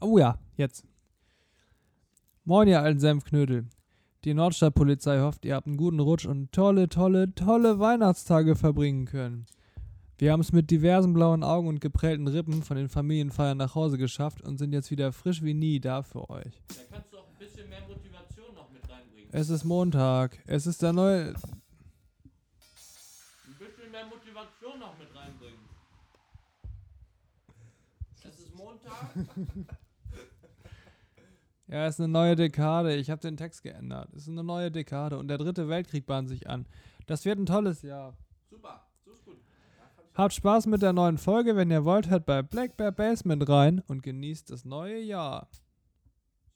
Oh ja, jetzt. Moin, ihr alten Senfknödel. Die Nordstadtpolizei hofft, ihr habt einen guten Rutsch und tolle, tolle, tolle Weihnachtstage verbringen können. Wir haben es mit diversen blauen Augen und geprellten Rippen von den Familienfeiern nach Hause geschafft und sind jetzt wieder frisch wie nie da für euch. Da kannst du auch ein bisschen mehr Motivation noch mit reinbringen. Es ist Montag. Es ist der neue. Ein bisschen mehr Motivation noch mit reinbringen. Es ist Montag. Ja, es ist eine neue Dekade. Ich habe den Text geändert. Es ist eine neue Dekade und der dritte Weltkrieg bahnt sich an. Das wird ein tolles Jahr. Super, so ist gut. Ja, fand ich- Habt Spaß mit der neuen Folge. Wenn ihr wollt, hört bei Black Bear Basement rein und genießt das neue Jahr.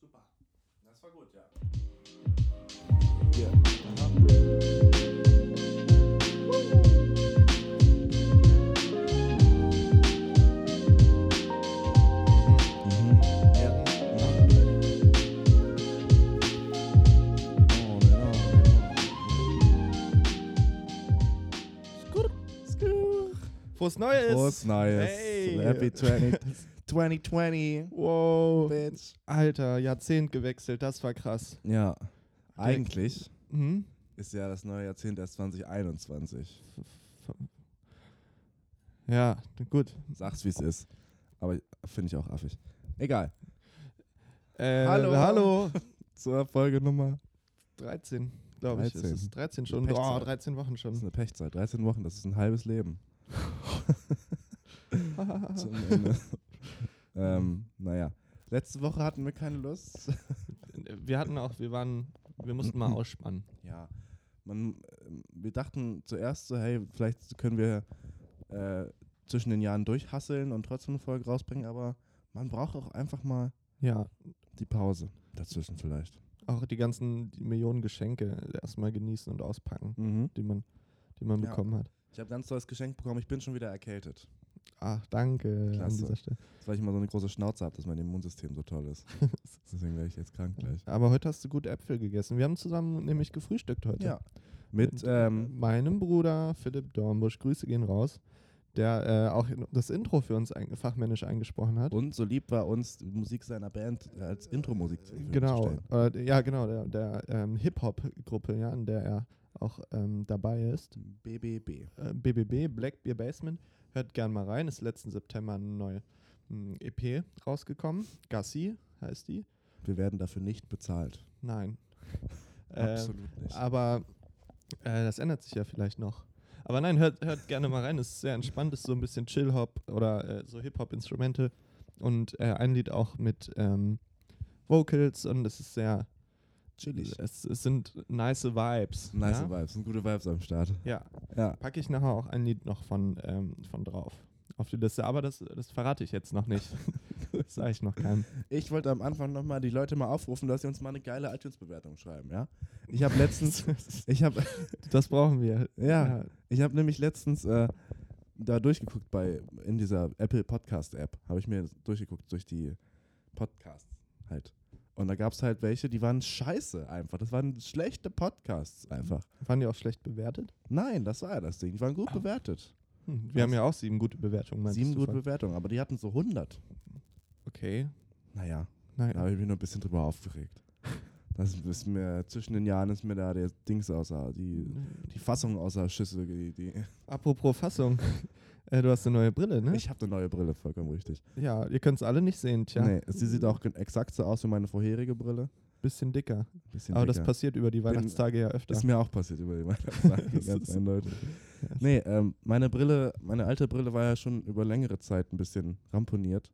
Super. Das war gut, ja. Frohes Neues! Frohes Neues. Hey. Happy 20, 2020. Wow. Bitch. Alter, Jahrzehnt gewechselt, das war krass. Ja, eigentlich Mhm. ist ja das neue Jahrzehnt erst 2021. Ja, gut. Sag's wie es ist. Aber finde ich auch affig. Egal. Äh, Hallo. Hallo. Zur Folge Nummer. 13, glaube ich. 13. Ist es 13 schon. Pechzeit. Oh, 13 Wochen Das ist schon. eine Pechzeit. 13 Wochen, das ist ein halbes Leben. Zum Ende. ähm, naja. Letzte Woche hatten wir keine Lust. Wir hatten auch, wir waren, wir mussten mal ausspannen. Ja, man, ähm, wir dachten zuerst so, hey, vielleicht können wir äh, zwischen den Jahren durchhasseln und trotzdem eine Folge rausbringen, aber man braucht auch einfach mal Ja, die Pause dazwischen vielleicht. auch die ganzen die Millionen Geschenke erstmal genießen und auspacken, die man, die man Ja. bekommen hat. Mhm. Ich habe ganz tolles Geschenk bekommen, ich bin schon wieder erkältet. Ach, danke an Klasse. dieser Stelle. Das ist, weil ich immer so eine große Schnauze habe, dass mein Immunsystem so toll ist. Deswegen wäre ich jetzt krank gleich. Aber heute hast du gut Äpfel gegessen. Wir haben zusammen nämlich gefrühstückt heute. Ja. Mit, ähm, meinem Bruder Philipp Dornbusch, Grüße gehen raus, der äh, auch das Intro für uns ein, fachmännisch eingesprochen hat. und so lieb war uns, die Musik seiner Band als Intro-Musik zur Verfügung zu Genau, stellen. äh, ja genau, der, der ähm, Hip-Hop-Gruppe, ja, in der er auch ähm, dabei ist. BBB. Äh, BBB, Black Beer Basement, hört gern mal rein, ist letzten September eine neue mh, EP rausgekommen, Gassi heißt die. Wir werden dafür nicht bezahlt. Nein. Ähm, Absolut nicht. Aber äh, das ändert sich ja vielleicht noch. Aber nein, hört, hört gerne mal rein. Es ist sehr entspannt, ist so ein bisschen Chill-Hop oder äh, so Hip-Hop-Instrumente. Und äh, ein Lied auch mit ähm, Vocals und es ist sehr Chillig. Es, es sind nice Vibes. Nice ja? Vibes, sind gute Vibes am Start. Ja, Ja. packe ich nachher auch ein Lied noch von, ähm, von drauf auf die Liste. Aber das, das verrate ich jetzt noch nicht. das sage ich noch keinem. Ich wollte am Anfang nochmal die Leute mal aufrufen, dass sie uns mal eine geile iTunes-Bewertung schreiben, ja? Ich habe letztens, ich habe, Das brauchen wir. Ja. ich habe nämlich letztens äh, da durchgeguckt bei, in dieser Apple Podcast-App, habe ich mir durchgeguckt durch die Podcasts halt. Und da gab es halt welche, die waren scheiße einfach. Das waren schlechte Podcasts einfach. Waren die auch schlecht bewertet? Nein, das war ja das Ding. Die waren gut bewertet. Hm, wir Was? haben ja auch sieben gute Bewertungen. meinst Sieben du gute von- Bewertungen, aber die hatten so 100. Okay. Naja. Da Naja. habe ich mich nur ein bisschen drüber aufgeregt. Das ist mir, zwischen den Jahren ist mir da der Dings außer, die, die Fassung außer Schüssel. Die, die. Apropos Fassung. Äh, du hast eine neue Brille, ne? Ich habe eine neue Brille, vollkommen richtig. ja, ihr könnt es alle nicht sehen, tja. Nee, sie sieht auch gen- exakt so aus wie meine vorherige Brille. Bisschen dicker. Bisschen Aber das dicker. passiert über die Weihnachtstage ja öfter. Ist mir auch passiert über die Weihnachtstage, ganz eindeutig. Nee, ähm, meine Brille, meine alte Brille war ja schon über längere Zeit ein bisschen ramponiert.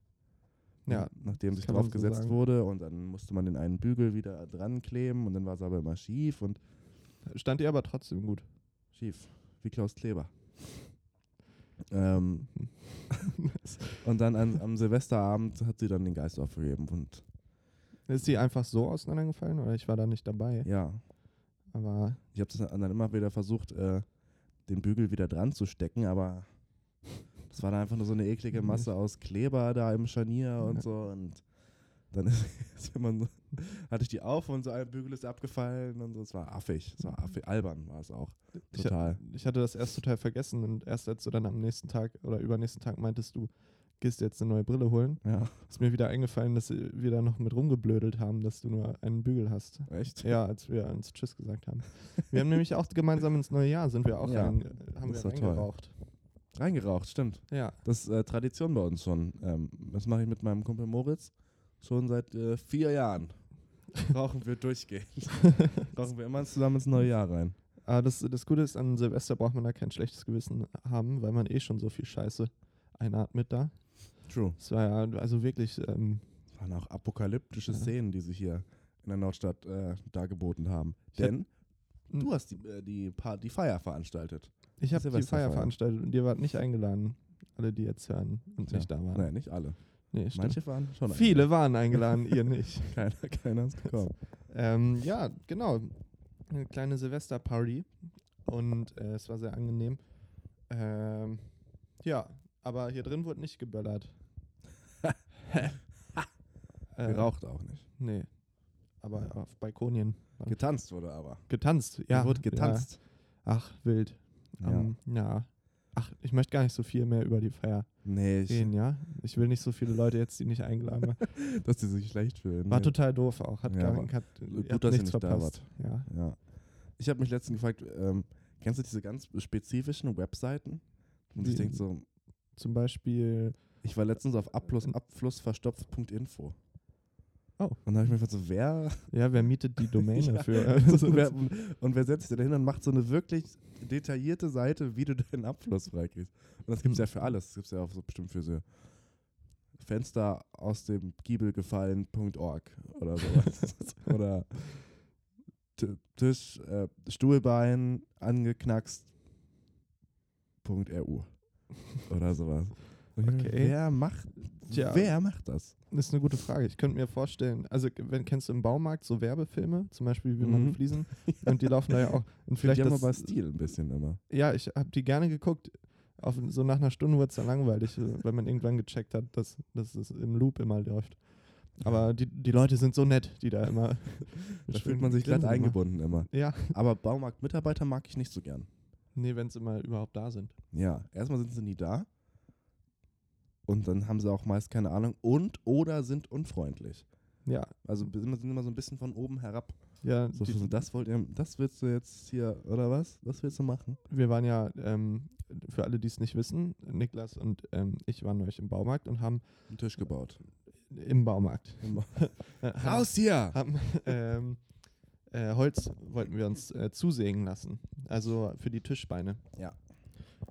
ne? ja, nachdem das sich kann man so draufgesetzt sagen. wurde und dann musste man den einen Bügel wieder dran kleben und dann war es aber immer schief und stand ihr aber trotzdem gut. Schief, wie Klaus Kleber. ähm, und dann an, am Silvesterabend hat sie dann den Geist aufgegeben und Ist die einfach so auseinandergefallen oder ich war da nicht dabei? ja, Aber ich habe das dann immer wieder versucht, äh, den Bügel wieder dran zu stecken, aber das war dann einfach nur so eine eklige Masse aus Kleber da im Scharnier und Mhm. Ja. so und dann ist, ist immer so, hatte ich die auf und so ein Bügel ist abgefallen und so, es war affig, es war affig, albern war es auch, Mhm. Ich- total. ich hatte das erst total vergessen und erst als du dann am nächsten Tag oder übernächsten Tag meintest du, gehst du jetzt eine neue Brille holen. Ja, Ist mir wieder eingefallen, dass wir da noch mit rumgeblödelt haben, dass du nur einen Bügel hast. echt? Ja, als wir uns Tschüss gesagt haben. Wir haben nämlich auch gemeinsam ins neue Jahr sind wir auch Ja, rein, äh, haben das wir war toll. reingeraucht. Reingeraucht, stimmt. Ja, Das ist äh, Tradition bei uns schon. Ähm, das mache ich mit meinem Kumpel Moritz schon seit äh, vier Jahren. Rauchen wir durchgehend. Rauchen wir immer zusammen ins neue Jahr rein. aber Ah, das, das Gute ist, an Silvester braucht man da kein schlechtes Gewissen haben, weil man eh schon so viel Scheiße einatmet da. True. Es war ja also wirklich ähm, Es waren auch apokalyptische Ja. Szenen, die sich hier in der Nordstadt äh, dargeboten haben. Ich hab- Denn du hast die, äh, die, Pa- die Feier veranstaltet. Ich habe die Silvesterfeier. Feier veranstaltet und ihr wart nicht eingeladen. Alle, die jetzt hören und Tja, nicht da waren. Nein, nicht alle. Nee, stimmt. Manche waren schon Viele waren eingeladen, ihr nicht. eingeladen. Keiner, keiner ist gekommen. Ähm, ja, genau. Eine kleine Silvesterparty. Und äh, es war sehr angenehm. Ähm, ja, aber hier drin wurde nicht geböllert. Äh, Geraucht auch nicht. Nee. Aber auf Balkonien. Getanzt wurde aber. Getanzt, ja. Hier wurde getanzt. Ja. Ach, wild. Ja. Ähm, ja. Ach, ich möchte gar nicht so viel mehr über die Feier Nee, ich, gehen, ja? Ich will nicht so viele Leute jetzt, die nicht eingeladen waren. dass die sich schlecht fühlen. War Nee. total doof auch. Hat Ja, gar aber hat, gut, ihr habt dass ihr nichts nicht da verpasst. Ja. Ja. Ich habe mich letztens gefragt, ähm, kennst du diese ganz spezifischen Webseiten? Und ich Die- denke so, Zum Beispiel, ich war letztens auf abfluss, abflussverstopft.info. Oh. Und dann habe ich mir gefragt, so, wer, ja, wer mietet die Domäne Ja, für? Also, so, wer und wer setzt sich da hin und macht so eine wirklich detaillierte Seite, wie du deinen Abfluss freikriegst. Und das gibt es ja für alles. Das gibt es ja auch so bestimmt für so Fenster aus dem Giebel gefallen.org oder sowas. oder T- Tisch, äh, Stuhlbein angeknackst.ru oder sowas. Und ich mir, Okay. Wer macht, Tja. wer macht das? Das ist eine gute Frage. Ich könnte mir vorstellen, also g- wenn kennst du im Baumarkt so Werbefilme, zum Beispiel wie man Mhm. Fliesen, und die laufen da ja auch. Und Vielleicht vielleicht die haben aber das, Stil ein bisschen immer. ja, ich habe die gerne geguckt. Auf, so nach einer Stunde wurde es dann langweilig, äh, weil man irgendwann gecheckt hat, dass, dass es im Loop immer läuft. Aber die, die Leute sind so nett, die da immer. Da fühlt man sich glatt Grinsen immer. eingebunden immer. Ja, Aber Baumarktmitarbeiter mag ich nicht so gern. nee, wenn sie mal überhaupt da sind. Ja, erstmal sind sie nie da. Und dann haben sie auch meist keine Ahnung. Und oder sind unfreundlich. Ja, Also sind immer- sind immer so ein bisschen von oben herab. ja So, die, so, das wollt ihr, das willst du jetzt hier, oder was? Das willst du machen? wir waren ja, ähm, für alle, die es nicht wissen, Niklas und ähm, ich waren neulich im Baumarkt und haben Einen Tisch gebaut. im Baumarkt. Äh, haben- Raus hier! Haben, ähm, äh, Holz wollten wir uns äh, zusägen lassen. Also für die Tischbeine. Ja.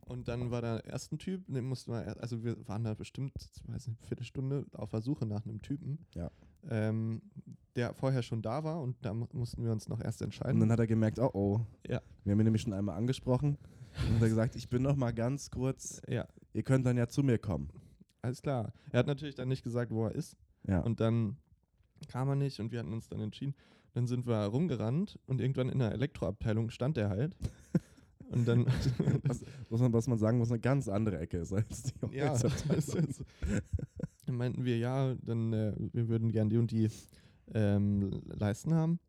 Und dann war da erst ein Typ, den mussten wir, erst- also wir waren da bestimmt, ich weiß nicht, eine Viertelstunde auf der Suche nach einem Typen. Ja. Ähm, der vorher schon da war und da mu- mussten wir uns noch erst entscheiden. Und dann hat er gemerkt, oh oh. Ja. Wir haben ihn nämlich schon einmal angesprochen. Und hat er gesagt, ich bin noch mal ganz kurz, ja, ihr könnt dann ja zu mir kommen. alles klar. Er hat natürlich dann nicht gesagt, wo er ist. Ja. Und dann kam er nicht und wir hatten uns dann entschieden. Dann sind wir rumgerannt und irgendwann in der Elektroabteilung stand er halt. Und dann. was, was, man, was man sagen muss, eine ganz andere Ecke ist als die ja, das Holzabteilung. ist, dann meinten wir, ja, dann äh, wir würden gern die und die ähm, Leisten haben,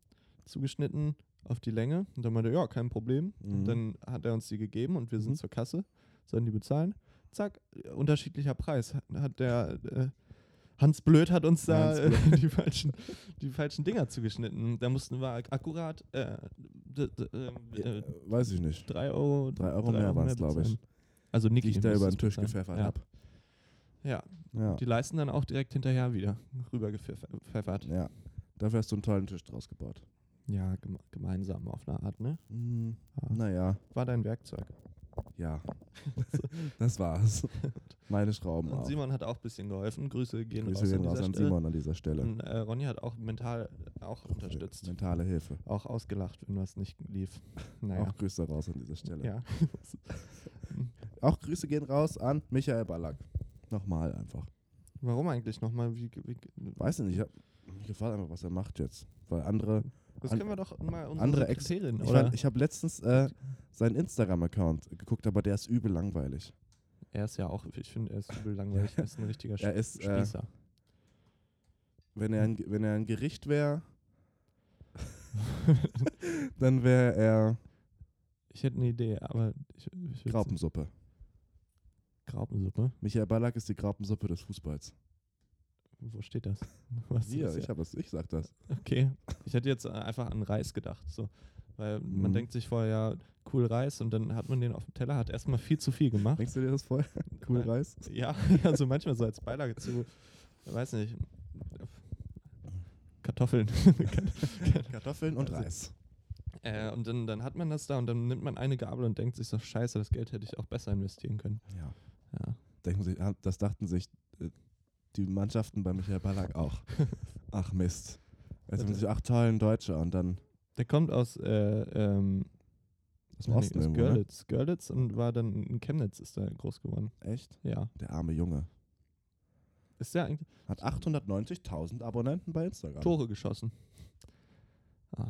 zugeschnitten auf die Länge. Und dann meinte er, ja, kein Problem. Mhm. Und dann hat er uns die gegeben und wir sind Mhm. zur Kasse, sollen die bezahlen. Zack, äh, unterschiedlicher Preis. Hat- Hat der äh, Hans Blöd hat uns da Hans äh, die, falschen, die falschen Dinger zugeschnitten. Da mussten wir ak- akkurat äh, d- d- äh, Ja, äh, äh, weiß ich nicht. 3 Euro, Drei Euro mehr waren's, glaub ich. bezahlen. Also Niki die ich da über musste den Tisch bezahlen. gepfeffert ja. habe. Ja, Ja. die leisten dann auch direkt hinterher wieder rübergepfeffert. ja. Dafür hast du einen tollen Tisch draus gebaut. Ja, geme gemeinsam auf eine Art, ne? Mhm. Ja. Naja, War dein Werkzeug. ja. das war's. Meine Schrauben Und auch. Simon hat auch ein bisschen geholfen. Grüße gehen Grüße raus, gehen an, raus dieser an Stelle. Simon an dieser Stelle. Und äh, Ronny hat auch mental äh, auch unterstützt. Mentale Hilfe. Auch ausgelacht, wenn was nicht lief. Naja. Auch Grüße raus an dieser Stelle. ja. Auch Grüße gehen raus an Michael Ballack. Nochmal einfach. Warum eigentlich nochmal? Wie, wie, Weiß ich nicht, ich hab, mir gefällt einfach, was er macht jetzt. Weil andere. das An- können wir doch mal unsere andere Ex- Sekretärin, Ich, oder? fand- ich habe letztens äh, seinen Instagram-Account geguckt, aber der ist übel langweilig. er ist ja auch, ich finde, er ist übel langweilig. Er ist ein richtiger Er ist, äh, Spießer. Wenn er ein, wenn er ein Gericht wäre, dann wäre er Ich hätte eine Idee, aber ich, ich will's- Graupensuppe. Graupensuppe. Michael Ballack ist die Graupensuppe des Fußballs. Wo steht das? Was ist Hier, das? ich, hab es, ich sag das. Okay. Ich hätte jetzt äh, einfach an Reis gedacht. So. Weil man Mhm. denkt sich vorher, ja, cool Reis und dann hat man den auf dem Teller, hat erstmal viel zu viel gemacht. Denkst du dir das vorher? Cool Nein. Reis? Ja, also manchmal so als Beilage zu, äh, weiß nicht, Kartoffeln. Kartoffeln und Reis. äh, und dann, dann hat man das da und dann nimmt man eine Gabel und denkt sich so, scheiße, das Geld hätte ich auch besser investieren können. Ja. Ja. Denken sich, ah, das dachten sich äh, die Mannschaften bei Michael Ballack auch. Ach Mist. Jetzt Also haben sie sich, ach toll, ein Deutscher und dann Der kommt aus, äh, ähm, aus dem nee, Osten aus irgendwo, ne? Görlitz. Görlitz und war dann in Chemnitz ist er groß geworden. Echt? Ja. Der arme Junge. Ist der eigentlich Hat 890.000 Abonnenten bei Instagram. Tore geschossen? Ah.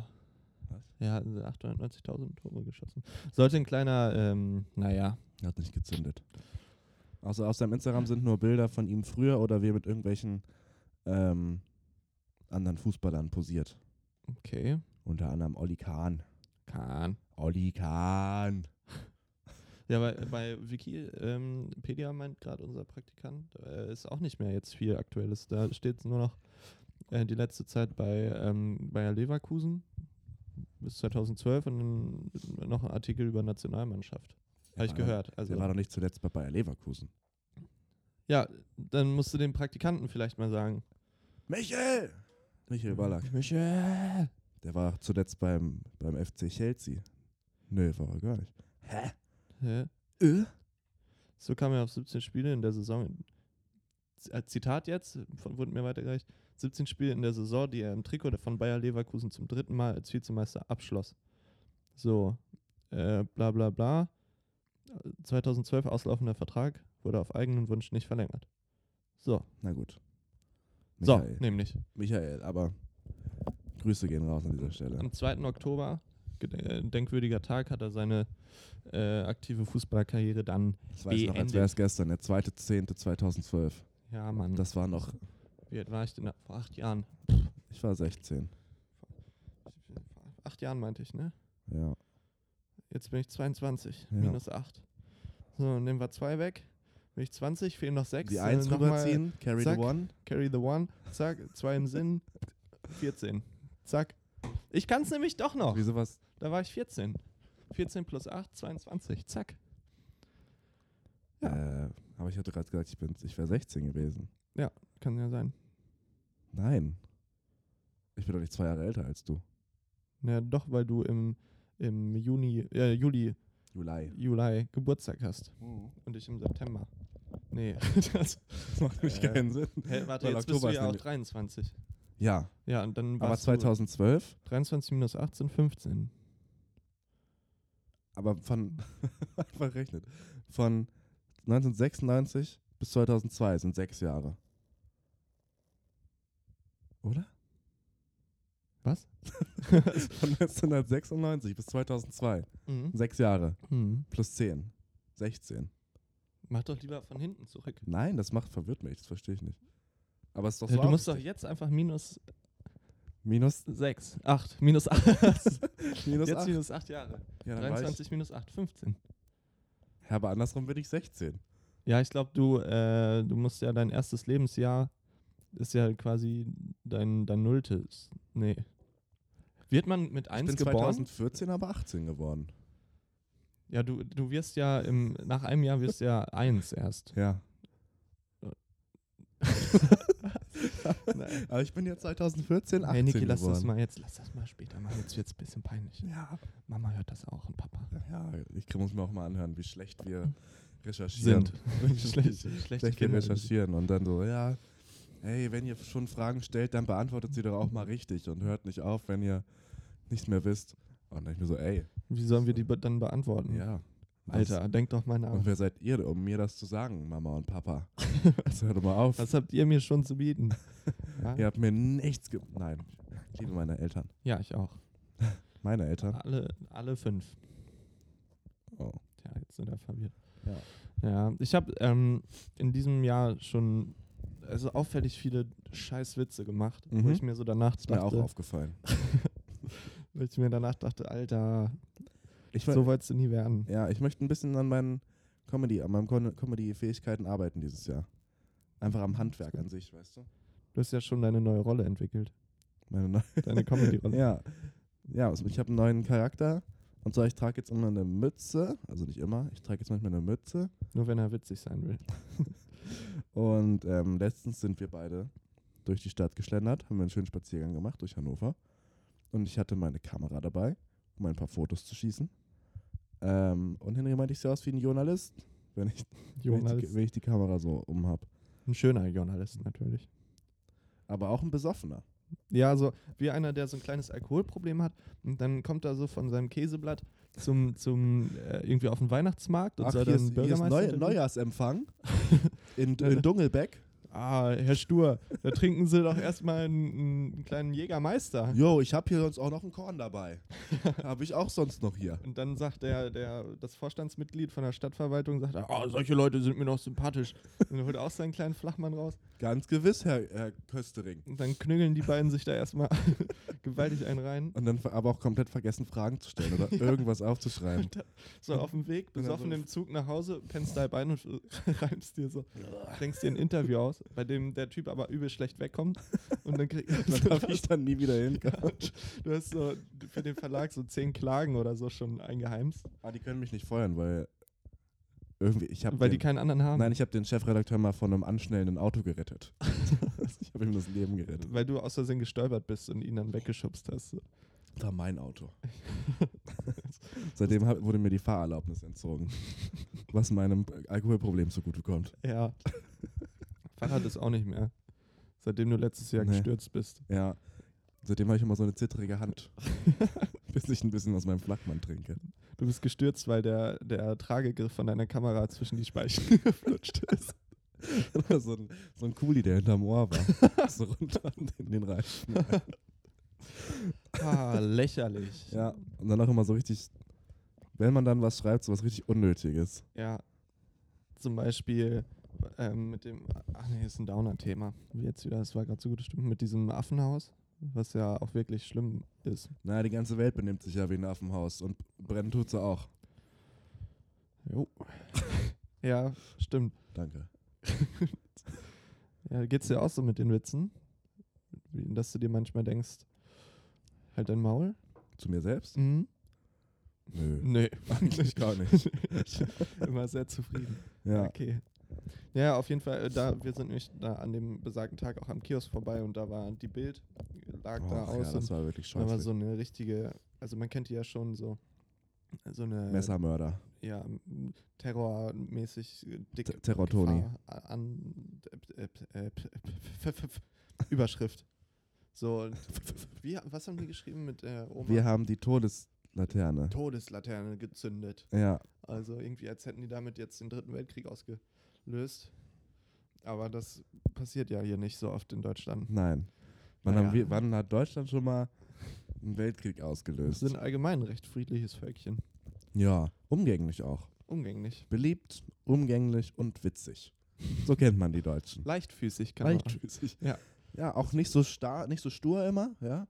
Was? Ja, 890.000 Tore geschossen. Sollte ein kleiner, ähm, naja, Hat nicht gezündet. Also auf seinem Instagram sind nur Bilder von ihm früher oder wir mit irgendwelchen ähm, anderen Fußballern posiert. okay, Unter anderem Olli Kahn. kann. Olli Kahn. Ja, bei, bei Wikipedia ähm, Pedia meint gerade unser Praktikant, äh, ist auch nicht mehr jetzt viel Aktuelles. Da steht es nur noch äh, die letzte Zeit bei ähm, Bayer Leverkusen bis 2012 und dann noch ein Artikel über Nationalmannschaft. Habe ich war- gehört. Also Also, der war doch nicht zuletzt bei Bayer Leverkusen. ja, dann musst du dem Praktikanten vielleicht mal sagen. Michael! Michael Ballack. Michel! Der war zuletzt beim, beim FC Chelsea. Nö, war er gar nicht. Hä? Hä? Äh? So kam er auf 17 Spiele in der Saison. Als Zitat jetzt, von, wurde mir weitergereicht. 17 Spiele in der Saison, die er im Trikot von Bayer Leverkusen zum dritten Mal als Vizemeister abschloss. So, äh, bla bla bla. 2012 auslaufender Vertrag wurde auf eigenen Wunsch nicht verlängert. So, Na gut. so, nämlich Michael, aber Grüße gehen raus an dieser Stelle. am 2. Oktober, ged- äh, denkwürdiger Tag, hat er seine äh, aktive Fußballerkarriere dann. Ich weiß noch, als beendet. wäre es gestern, der 2.10.2012. Ja, Mann, Das war noch, wie alt war ich denn da? Vor acht Jahren. ich war 16. Vor acht Jahren meinte ich, ne? Ja. Jetzt bin ich 22, Ja. minus 8. So, nehmen wir 2 weg. Bin ich 20, fehlen noch 6. Die 1 rüberziehen, carry zack. the one. Carry the one. Zack, 2 im Sinn. 14. Zack. Ich kann es nämlich doch noch. Wieso was? Da war ich 14. 14 plus 8, 22. Zack. Äh, aber ich hatte gerade gesagt, ich, bin- ich wäre 16 gewesen. Kann ja sein. Nein. Ich bin doch nicht zwei Jahre älter als du. Ja, doch, weil du im, im Juni, äh, Juli, Juli. Juli Geburtstag hast. Und ich im September. Nee, das. Das macht nämlich Äh, keinen Sinn. Hä, warte, Weil jetzt bist Oktober du ist ja auch nämlich- 23. Ja, Ja, und dann aber warst du 2012, 23 minus 18, 15. aber von, einfach rechnet, von 1996 bis 2002 sind sechs Jahre. Oder? Was? Von 1996 bis 2002, Mhm. sechs Jahre, Mhm. plus 10, 16. Mach doch lieber von hinten zurück. Nein, das macht, verwirrt mich, das verstehe ich nicht. Aber es ist doch Ja, so du musst doch aufrichtig. jetzt einfach minus Minus, 6, 8, minus 8. minus jetzt 8. minus 8 Jahre. Ja, dann war ich, 23 minus 8, 15. ja, aber andersrum bin ich 16. Ja, ich glaube, du, äh, du musst ja dein erstes Lebensjahr, ist ja halt quasi dein, dein Nulltes. Nee. Wird man mit Ich 1 bin geboren? 2014 aber 18 geworden. Ja, du, du wirst ja im, nach einem Jahr wirst ja 1 erst. Ja. Nein. Aber ich bin jetzt 2014 18 Hey, Niki, lass das geworden. mal jetzt, lass das mal später machen. Jetzt wird es ein bisschen peinlich. Ja, Mama hört das auch und Papa. ja, ich muss mir auch mal anhören, wie schlecht wir recherchieren. sind. schlecht, schlechte Schlecht wir Kinder sind. recherchieren und dann so, ja, hey, wenn ihr schon Fragen stellt, dann beantwortet sie doch auch mal richtig und hört nicht auf, wenn ihr nicht mehr wisst. Und dann ich mir so, ey, Wie sollen wir die be- dann beantworten? ja. Hm. Alter, denk doch mal Und nach. wer seid ihr, um mir das zu sagen, Mama und Papa? Also hört doch mal auf. Was habt ihr mir schon zu bieten? Ja, Ihr habt mir nichts ge... Nein, ich liebe meine Eltern. Ja, ich auch. Meine Eltern. Alle, alle fünf. Oh. Ja, jetzt sind wir verwirrt. Ja. Ja, ich habe ähm, in diesem Jahr schon also auffällig viele Scheißwitze gemacht, wo Mhm. ich mir so danach Ist mir auch dachte, aufgefallen. wo ich mir danach dachte, Alter, Ich, so wolltest du nie werden. Ja, ich möchte ein bisschen an meinen Comedy, an meinen Kon- Comedy-Fähigkeiten arbeiten dieses Jahr. Einfach am Handwerk an sich, weißt du? Du hast ja schon deine neue Rolle entwickelt. Meine neue Deine Comedy-Rolle. Ja. Ja, also ich habe einen neuen Charakter. Und zwar, ich trage jetzt immer eine Mütze. Also nicht immer, ich trage jetzt manchmal eine Mütze. Nur wenn er witzig sein will. Und ähm, letztens sind wir beide durch die Stadt geschlendert, haben wir einen schönen Spaziergang gemacht durch Hannover. Und ich hatte meine Kamera dabei, um ein paar Fotos zu schießen. Ähm, und Henry meinte, ich sehe aus wie ein Journalist, wenn ich, Wenn, ich die, Journalist. wenn ich die Kamera so um habe. Ein schöner Journalist natürlich. Aber auch ein Besoffener. Ja, so wie einer, der so ein kleines Alkoholproblem hat und dann kommt er so von seinem Käseblatt zum, zum äh, irgendwie auf den Weihnachtsmarkt und Ach, soll hier dann ist, hier ist Bürgermeister Neu interviewen. Neujahrsempfang in, in Dungelbeck. Ah, Herr Stur, da trinken Sie doch erstmal einen, einen kleinen Jägermeister. Jo, ich habe hier sonst auch noch ein Korn dabei. habe ich auch sonst noch hier. Und dann sagt der, der, das Vorstandsmitglied von der Stadtverwaltung, sagt, er, ah, solche Leute sind mir noch sympathisch. Und dann holt er auch seinen kleinen Flachmann raus. Ganz gewiss, Herr, Herr Köstering. Und dann knügeln die beiden sich da erstmal gewaltig einen rein. Und dann ver- aber auch komplett vergessen, Fragen zu stellen oder irgendwas aufzuschreiben. So auf dem Weg, Und dann besoffen so- im Zug nach Hause, pennst halb ein und reimst dir so, denkst dir ein Interview aus, bei dem der Typ aber übel schlecht wegkommt. Und dann kriegst Dann du darf ich dann nie wieder hin. Du hast so für den Verlag so zehn Klagen oder so schon eingeheimst, Ah, die können mich nicht feuern, weil irgendwie, ich habe weil die keinen anderen haben. Nein, ich habe den Chefredakteur mal von einem anschnellenden Auto gerettet. ich habe ihm das Leben gerettet. Weil du aus Versehen gestolpert bist und ihn dann weggeschubst hast. Das war mein Auto. Seitdem hab, wurde mir die Fahrerlaubnis entzogen, was meinem Alkoholproblem zugutekommt. Ja. Fahrrad ist auch nicht mehr. Seitdem du letztes Jahr Nee. gestürzt bist. Ja, seitdem habe ich immer so eine zittrige Hand, bis ich ein bisschen aus meinem Flachmann trinke. Du bist gestürzt, weil der, der Tragegriff von deiner Kamera zwischen die Speichen geflutscht ist. Oder so ein, so ein Kuli, der hinterm Ohr war. so runter in den Reifen. Ah, lächerlich. Ja. Ja, und dann auch immer so richtig, wenn man dann was schreibt, so was richtig Unnötiges. Zum Beispiel ähm, mit dem, ach nee, ist ein Downer-Thema. Wie jetzt wieder, das war gerade so gute Stimmung, mit diesem Affenhaus, was ja auch wirklich schlimm ist. Na, die ganze Welt benimmt sich ja wie ein Affenhaus und brennen tut sie auch. Jo. ja, stimmt. Danke. Ja, geht's dir auch so mit den Witzen? Wie- Dass du dir manchmal denkst, halt dein Maul? Zu mir selbst? Mhm. Nö. Nee, Eigentlich gar nicht. Immer sehr zufrieden. Ja. Okay. Ja, auf jeden Fall, äh, da, wir sind nämlich da an dem besagten Tag auch am Kiosk vorbei und da war die Bild, lag da Och, ja, aus das und war wirklich da war scheiße. so eine richtige, also man kennt die ja schon so, so eine Messermörder. ja, m- terrormäßig äh, dicke Te- Terror-Toni. Gefahr a- an äh, äh, äh, p- p- p- p- Überschrift. So, und wie, was haben die geschrieben mit äh, Oma? Wir haben die Todeslaterne. Todeslaterne gezündet. Ja, Also irgendwie, als hätten die damit jetzt den Dritten Weltkrieg ausgelöst. Aber das passiert ja hier nicht so oft in Deutschland. nein. Wann, Naja. haben wir, wann hat Deutschland schon mal einen Weltkrieg Wir ausgelöst? sind allgemein ein recht friedliches Völkchen. Ja, umgänglich auch. Umgänglich. Beliebt, umgänglich und witzig. So kennt man die Deutschen. Leichtfüßig kann man. Leichtfüßig. Ja. ja, auch nicht so starr, nicht so stur immer, ja.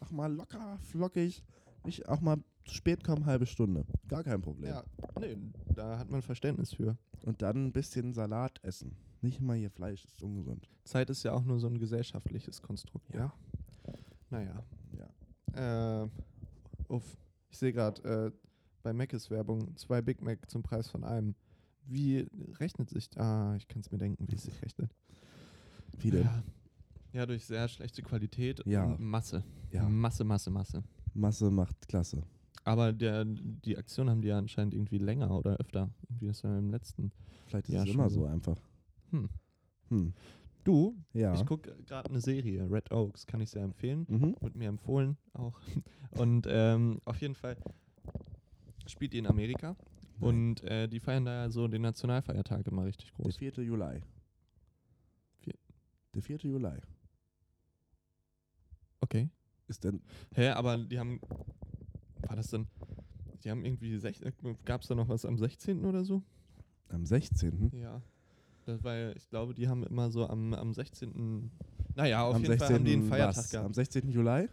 Auch mal locker, flockig. Nicht auch mal zu spät kommen, halbe Stunde. Gar kein Problem. Ja, nee, da hat man Verständnis für. Und dann ein bisschen Salat essen. Nicht immer hier Fleisch, ist ungesund. Zeit ist ja auch nur so ein gesellschaftliches Konstrukt. Ja. Naja. Ja. Äh, uff. Ich sehe gerade äh, bei Mc's Werbung zwei Big Mac zum Preis von einem. Wie rechnet sich. Ah, ich kann es mir denken, wie es sich rechnet. Viele. Ja. Ja. ja, durch sehr schlechte Qualität Ja. und Masse. Masse, Masse, Masse. Masse macht klasse. Aber der, die Aktion haben die ja anscheinend irgendwie länger oder öfter. Irgendwie das war im letzten. Vielleicht ist Ja, es schon immer so. so einfach. Hm. Hm. Du, Ja. ich gucke gerade eine Serie, Red Oaks, kann ich sehr empfehlen. mhm. und mir empfohlen auch. Und ähm, auf jeden Fall spielt die in Amerika und äh, die feiern da ja so den Nationalfeiertag immer richtig Der groß. 4. Juli. Vier- Der 4. Juli. Okay. Ist denn. Hä, aber die haben, war das denn, die haben irgendwie, gab es da noch was am 16. oder so? Am 16. Ja. Das, weil ich glaube, die haben immer so am, am 16. Naja, auf am jeden Fall haben die einen Feiertag was? gehabt. Am 16. Juli?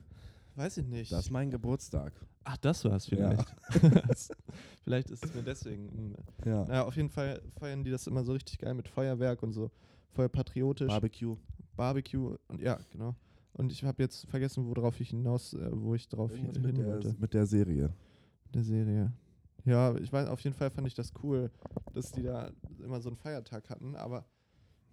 Weiß ich nicht. Das ist mein Geburtstag. Ach, das war's Ja. vielleicht. vielleicht ist es mir deswegen. Ja. Naja, auf jeden Fall feiern die das immer so richtig geil mit Feuerwerk und so. Voll patriotisch. Barbecue. Barbecue und ja, genau. Und ich habe jetzt vergessen, worauf ich hinaus, äh, wo ich drauf hin Irgendwas mit, hin wollte. der, mit der Serie. der Serie. Ja, ich weiß, auf jeden Fall fand ich das cool, dass die da immer so einen Feiertag hatten, aber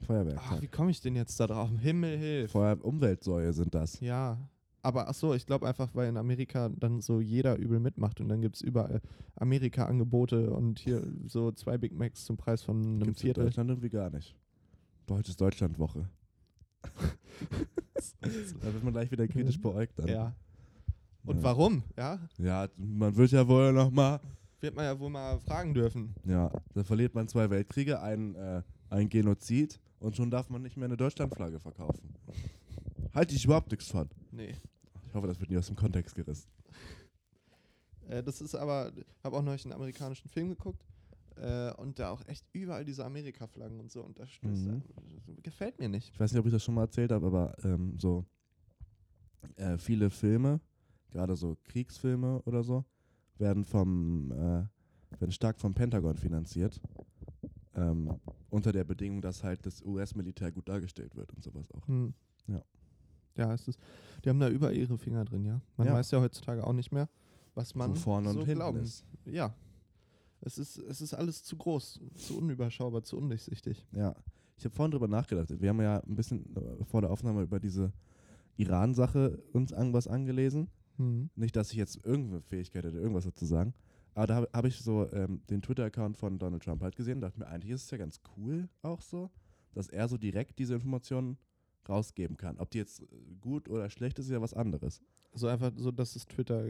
Feuerwerk. ach, wie komme ich denn jetzt da drauf? Himmel hilf. Feuer Umweltsäue sind das. Ja. Aber ach so, ich glaube einfach, weil in Amerika dann so jeder übel mitmacht und dann gibt es überall Amerika-Angebote und hier so zwei Big Macs zum Preis von einem Gibt's in Viertel. Deutschland irgendwie gar nicht. Deutsches Deutschlandwoche. da wird man gleich wieder kritisch beäugt dann. Mhm. Ja. Und Ja. warum? Ja, Ja, man wird ja wohl noch mal. wird man ja wohl mal fragen dürfen. Ja, da verliert man zwei Weltkriege, ein, äh, ein Genozid und schon darf man nicht mehr eine Deutschlandflagge verkaufen. Halte ich überhaupt nichts von. Nee. Ich hoffe, das wird nicht aus dem Kontext gerissen. Äh, das ist aber, habe auch neulich einen amerikanischen Film geguckt äh, und da auch echt überall diese Amerika-Flaggen und so und das stößt Mhm. einem- gefällt mir nicht. Ich weiß nicht, ob ich das schon mal erzählt habe, aber ähm, so äh, viele Filme, gerade so Kriegsfilme oder so, werden vom äh, werden stark vom Pentagon finanziert. Ähm, unter der Bedingung, dass halt das US-Militär gut dargestellt wird und sowas auch. Hm. Ja. Ja, es ist, die haben da überall ihre Finger drin, ja. Man Ja. weiß ja heutzutage auch nicht mehr, was man Wo vorne so und hinten glauben. ist. Ja. Es ist, es ist alles zu groß, zu unüberschaubar, zu undurchsichtig. Ja, ich habe vorhin drüber nachgedacht. Wir haben ja ein bisschen äh, vor der Aufnahme über diese Iran-Sache uns irgendwas angelesen. Hm. Nicht, dass ich jetzt irgendeine Fähigkeit hätte, irgendwas dazu sagen. Aber da habe hab ich so ähm, den Twitter-Account von Donald Trump halt gesehen und dachte mir, eigentlich ist es ja ganz cool auch so, dass er so direkt diese Informationen rausgeben kann. Ob die jetzt äh, gut oder schlecht ist, ist ja was anderes. So einfach, so dass es Twitter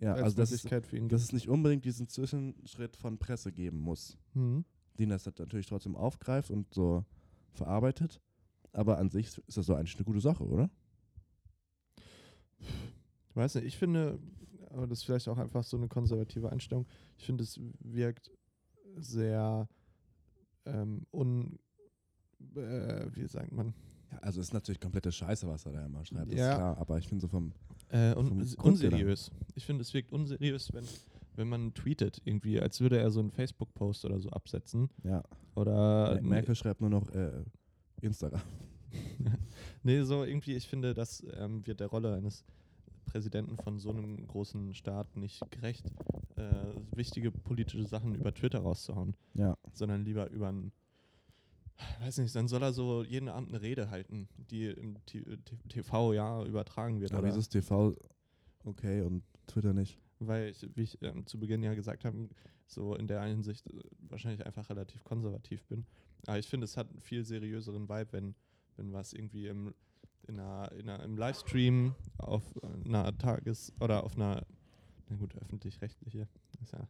Ja, als also dass es, Möglichkeit für ihn dass gibt. es nicht unbedingt diesen Zwischenschritt von Presse geben muss. Hm. den das hat natürlich trotzdem aufgreift und so verarbeitet. Aber an sich ist das so eigentlich eine gute Sache, oder? Ich weiß nicht, ich finde, aber das ist vielleicht auch einfach so eine konservative Einstellung. Ich finde, es wirkt sehr ähm, un. Äh, wie sagt man? Ja, also ist natürlich komplette Scheiße, was er da immer schreibt, Ja. ist klar. Aber ich finde so vom, Äh, Vom un s- Grundgedanken. unseriös. Ich finde, es wirkt unseriös, wenn, wenn man tweetet, irgendwie, als würde er so einen Facebook-Post oder so absetzen. ja. Oder. Mer- Merkel schreibt nur noch äh, Instagram. Nee, so irgendwie, ich finde, das ähm, wird der Rolle eines Präsidenten von so einem großen Staat nicht gerecht, äh, wichtige politische Sachen über Twitter rauszuhauen. Ja. sondern lieber über einen, weiß nicht, dann soll er so jeden Abend eine Rede halten, die im T T TV ja übertragen wird. Aber Oder? dieses TV okay und Twitter nicht. Weil ich, wie ich ähm, zu Beginn ja gesagt habe, so in der Hinsicht äh, wahrscheinlich einfach relativ konservativ bin. Aber ich finde, es hat einen viel seriöseren Vibe, wenn, wenn was irgendwie im, in einer, in einer, im Livestream auf einer Tages- oder auf einer, na gut, öffentlich-rechtliche, ist ja,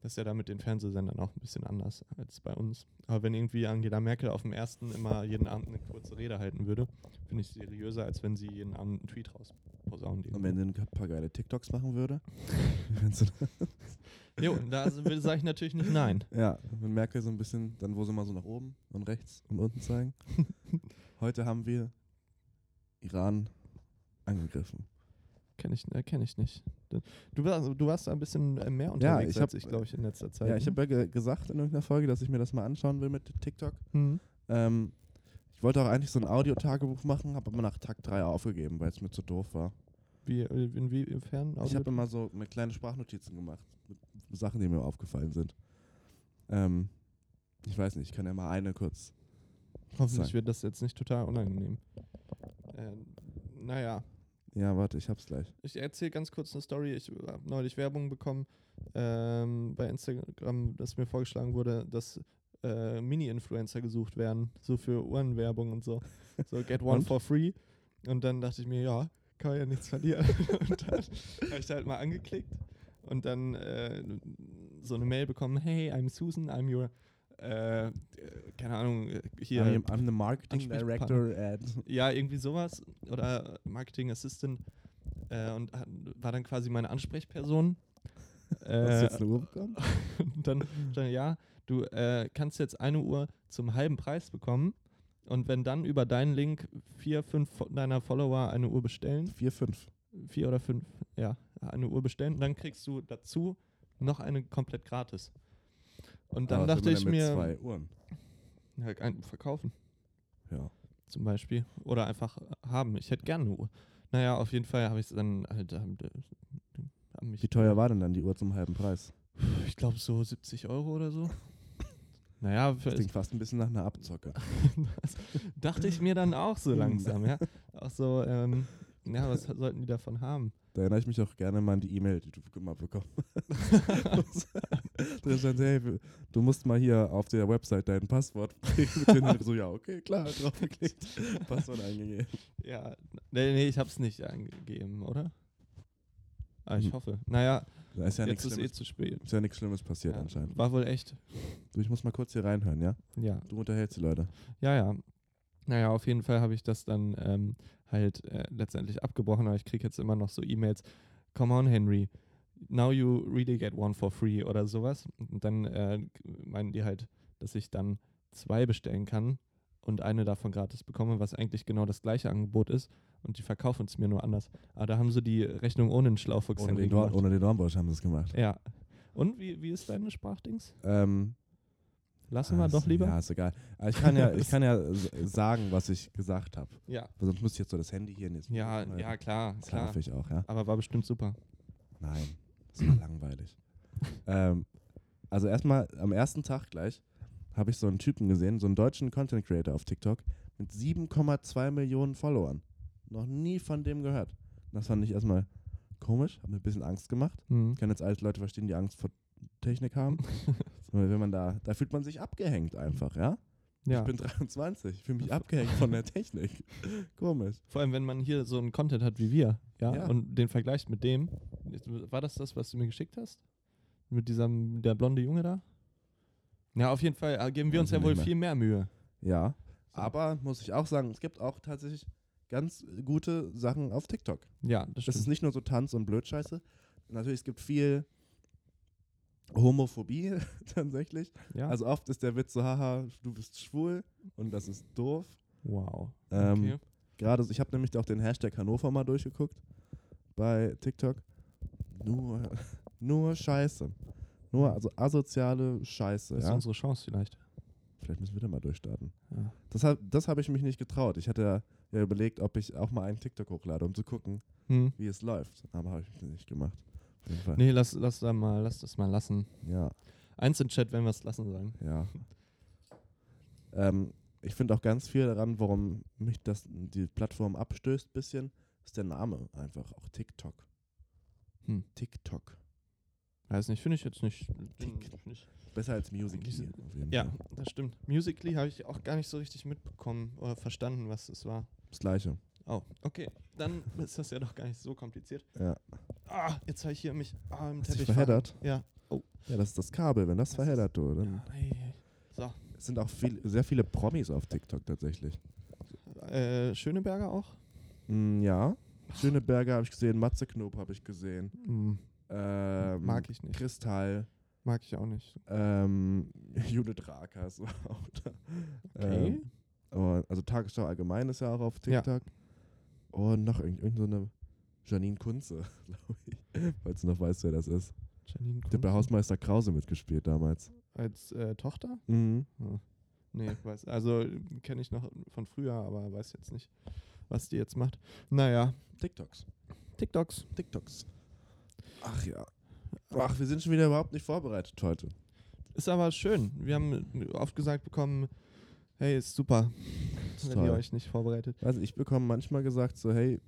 das ist ja da mit den Fernsehsendern auch ein bisschen anders als bei uns. Aber wenn irgendwie Angela Merkel auf dem ersten immer jeden Abend eine kurze Rede halten würde, finde ich seriöser, als wenn sie jeden Abend einen Tweet rausposaunt. Und wenn sie ein paar geile TikToks machen würde. wenn sie- Jo, da sage ich natürlich nicht nein. ja, wenn Merkel so ein bisschen, dann wo sie mal so nach oben und rechts und unten zeigen. Heute haben wir Iran angegriffen. Kenne ich, äh, kenn ich nicht. Du warst, du warst da ein bisschen äh, mehr Ja, unterwegs ich hab- als ich, glaube ich, in letzter Zeit. ne? Ja, ich habe ja ge gesagt in irgendeiner Folge, dass ich mir das mal anschauen will mit TikTok. Hm. Ähm, ich wollte auch eigentlich so ein Audiotagebuch machen, habe aber nach Tag 3 aufgegeben, weil es mir zu doof war. Wie, äh, inwiefern? Ich habe immer so mit kleine Sprachnotizen gemacht, mit Sachen, die mir aufgefallen sind. Ähm, ich weiß nicht, ich kann ja mal eine kurz. Hoffentlich sagen. wird das jetzt nicht total unangenehm. Äh, naja, Ja, warte, ich hab's gleich. ich erzähle ganz kurz eine Story. Ich habe neulich Werbung bekommen ähm, bei Instagram, dass mir vorgeschlagen wurde, dass äh, Mini-Influencer gesucht werden, so für Uhrenwerbung und so. So, get one Und? for free. Und dann dachte ich mir, ja, kann man ja nichts verlieren. und dann habe ich da halt mal angeklickt und dann äh, so eine Mail bekommen, hey, I'm Susan, I'm your, äh, äh, keine Ahnung, äh, hier. I'm, I'm the Marketing Ansprechpartner. Director at. Ja, irgendwie sowas. Oder Marketing Assistant. Äh, und hat, war dann quasi meine Ansprechperson. Hast du äh, jetzt eine Uhr bekommen? und dann, dann, ja, du äh, kannst jetzt eine Uhr zum halben Preis bekommen. Und wenn dann über deinen Link vier, fünf fo- deiner Follower eine Uhr bestellen, 4, 5. vier oder fünf, ja, eine Uhr bestellen. Und dann kriegst du dazu noch eine komplett gratis. Und dann Aber was dachte will man ich denn Ah, mit mir, Zwei Uhren. halt einen verkaufen Ja. zum Beispiel. Oder einfach äh, haben. Ich hätte gerne eine Uhr. Naja, auf jeden Fall habe ich es dann halt. ähm, d- haben mich, Wie teuer war denn dann die Uhr zum halben Preis? ich glaube, so 70 Euro oder so. Naja, für, Das klingt fast ein bisschen nach einer Abzocke. Das dachte ich mir dann auch so Hm. langsam, ja. Auch so, ähm, ja, was sollten die davon haben? Da erinnere ich mich auch gerne mal an die E-Mail, die du immer bekommen hast. da stand, hey, wir- du musst mal hier auf der Website dein Passwort finden. Und ich so, ja, okay, klar, draufgeklickt, Passwort eingegeben. Ja, nee, nee, ich hab's nicht angegeben, oder? Ah, ich Hm. hoffe. Naja, Da ist ja nichts jetzt ist eh Schlimmes, zu spät. ist ja nichts Schlimmes passiert Ja, anscheinend. war wohl echt. Du, ich muss mal kurz hier reinhören, ja? Ja, Du unterhältst die Leute. ja, ja. Naja, auf jeden Fall habe ich das dann ähm, halt äh, letztendlich abgebrochen, aber ich kriege jetzt immer noch so E-Mails. Come on, Henry. Now you really get one for free oder sowas. Und dann äh, meinen die halt, dass ich dann zwei bestellen kann und eine davon gratis bekomme, was eigentlich genau das gleiche Angebot ist. Und die verkaufen es mir nur anders. Aber da haben sie die Rechnung ohne den Schlaufuchs Ohne den, Dorn, gemacht. ohne den Dornbusch haben sie es gemacht. Ja. Und wie, wie ist deine Sprachdings? Ähm, Lassen wir ah, doch ist- lieber? Ja, ist egal. Aber Ich kann ja, ich kann ja s- sagen, was ich gesagt habe. Ja. Sonst müsste ich jetzt so das Handy hier in jetzt. Ja, ja, klar, Das klar. nerv ich auch, ja. Aber war bestimmt super. Nein, das war langweilig. ähm, also erstmal am ersten Tag gleich habe ich so einen Typen gesehen, so einen deutschen Content Creator auf TikTok mit 7,2 Millionen Followern. Noch nie von dem gehört. Das fand ich erstmal komisch, hat mir ein bisschen Angst gemacht. Mhm. Ich kann jetzt alles Leute verstehen, die Angst vor Technik haben. Weil Wenn man da, da fühlt man sich abgehängt einfach, ja? Ja. Ich bin 23, fühle mich abgehängt von der Technik. Komisch. Vor allem, wenn man hier so einen Content hat wie wir, ja, Ja. und den vergleicht mit dem. War das das, was du mir geschickt hast? Mit diesem, der blonde Junge da? Ja, auf jeden Fall äh, geben wir Weiß uns ja ich wohl Also nicht mehr. viel mehr Mühe. Ja. So. Aber muss ich auch sagen, es gibt auch tatsächlich ganz gute Sachen auf TikTok. Ja, das Es ist stimmt. nicht nur so Tanz und Blödscheiße. Natürlich, es gibt viel Homophobie tatsächlich. Ja? Also oft ist der Witz so, haha, du bist schwul und das ist doof. wow. Ähm, okay. Gerade, so- ich habe nämlich auch den Hashtag Hannover mal durchgeguckt bei TikTok. Nur, nur Scheiße. Nur also asoziale Scheiße. Das ist ja? unsere Chance vielleicht. Vielleicht müssen wir da mal durchstarten. Ja. Das habe das hab ich mich nicht getraut. Ich hatte ja überlegt, ob ich auch mal einen TikTok hochlade, um zu gucken, Hm. wie es läuft. Aber habe ich nicht gemacht. Auf jeden Fall. Nee, lass, lass, da mal, lass das mal lassen. Ja, Eins im Chat, wenn wir es lassen sagen. ja. ähm, ich finde auch ganz viel daran, warum mich das die Plattform abstößt, bisschen, ist der Name einfach. Auch TikTok. Hm. TikTok. Weiß nicht, finde ich jetzt nicht. Tick. nicht. Besser als Music. Diese- auf jeden Ja, Fall. das stimmt. Musically habe ich auch gar nicht so richtig mitbekommen oder verstanden, was es war. Das gleiche. Oh, okay. Dann ist das ja doch gar nicht so kompliziert. Ja. Ah, jetzt habe ich hier mich ah, im Hast du dich Teppich verheddert? Ja. Oh. Ja, das ist das Kabel. Wenn das, Das verheddert du, dann Ja, ei, ei. so. es sind auch viel, sehr viele Promis auf TikTok tatsächlich. Äh, Schöneberger auch? Mm, ja. Schöneberger habe ich gesehen, Matze Knob habe ich gesehen. Mm, Hm, Ähm, Mag ich nicht. Kristall, Mag ich auch nicht. ähm, Judith Rakers war auch da. Okay. Ähm, aber, also Tagesschau allgemein ist ja auch auf Ja. TikTok. Und noch irgend- irgend so eine Janine Kunze, glaube ich. Falls du noch weißt, wer das ist. Janine Der hat bei Kunze. Hausmeister Krause mitgespielt damals. Als äh, Tochter? Mhm. Nee, weiß. Also kenne ich noch von früher, aber weiß jetzt nicht, was die jetzt macht. Naja, TikToks. TikToks. TikToks. Ach ja. Ach, wir sind schon wieder überhaupt nicht vorbereitet heute. Ist aber schön. Wir haben oft gesagt bekommen, hey, ist super, Ist wenn ihr euch nicht vorbereitet. Also ich bekomme manchmal gesagt so, hey,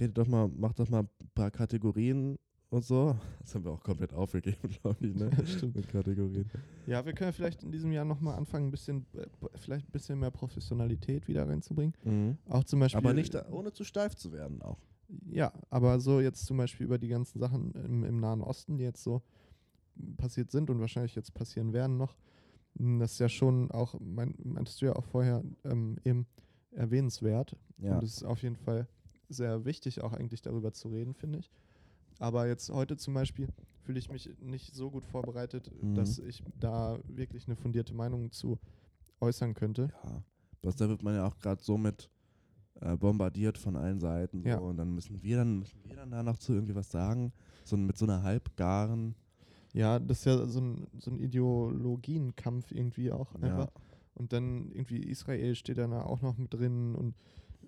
redet doch mal, macht doch mal ein paar Kategorien und so. Das haben wir auch komplett aufgegeben, glaube ich, ne? Stimmt. Mit Kategorien. Ja, wir können ja vielleicht in diesem Jahr nochmal anfangen, ein bisschen, äh, vielleicht ein bisschen mehr Professionalität wieder reinzubringen. Auch zum Beispiel. Mhm. Aber nicht, da, ohne zu steif zu werden auch. Ja, aber so jetzt zum Beispiel über die ganzen Sachen im, im Nahen Osten, die jetzt so passiert sind und wahrscheinlich jetzt passieren werden noch. m, Das ist ja schon auch, mein, meintest du ja auch vorher, ähm, eben erwähnenswert. Ja. Und es ist auf jeden Fall sehr wichtig, auch eigentlich darüber zu reden, finde ich. Aber jetzt heute zum Beispiel fühle ich mich nicht so gut vorbereitet, Mhm. dass ich da wirklich eine fundierte Meinung zu äußern könnte. ja. Was da wird man ja auch gerade so mit äh, bombardiert von allen Seiten. So, Ja. Und dann müssen wir dann müssen wir dann da noch zu irgendwie was sagen. So mit so einer halbgaren. Ja, das ist ja so ein, so ein Ideologienkampf irgendwie auch einfach. Ja. Und dann irgendwie Israel steht dann auch noch mit drin und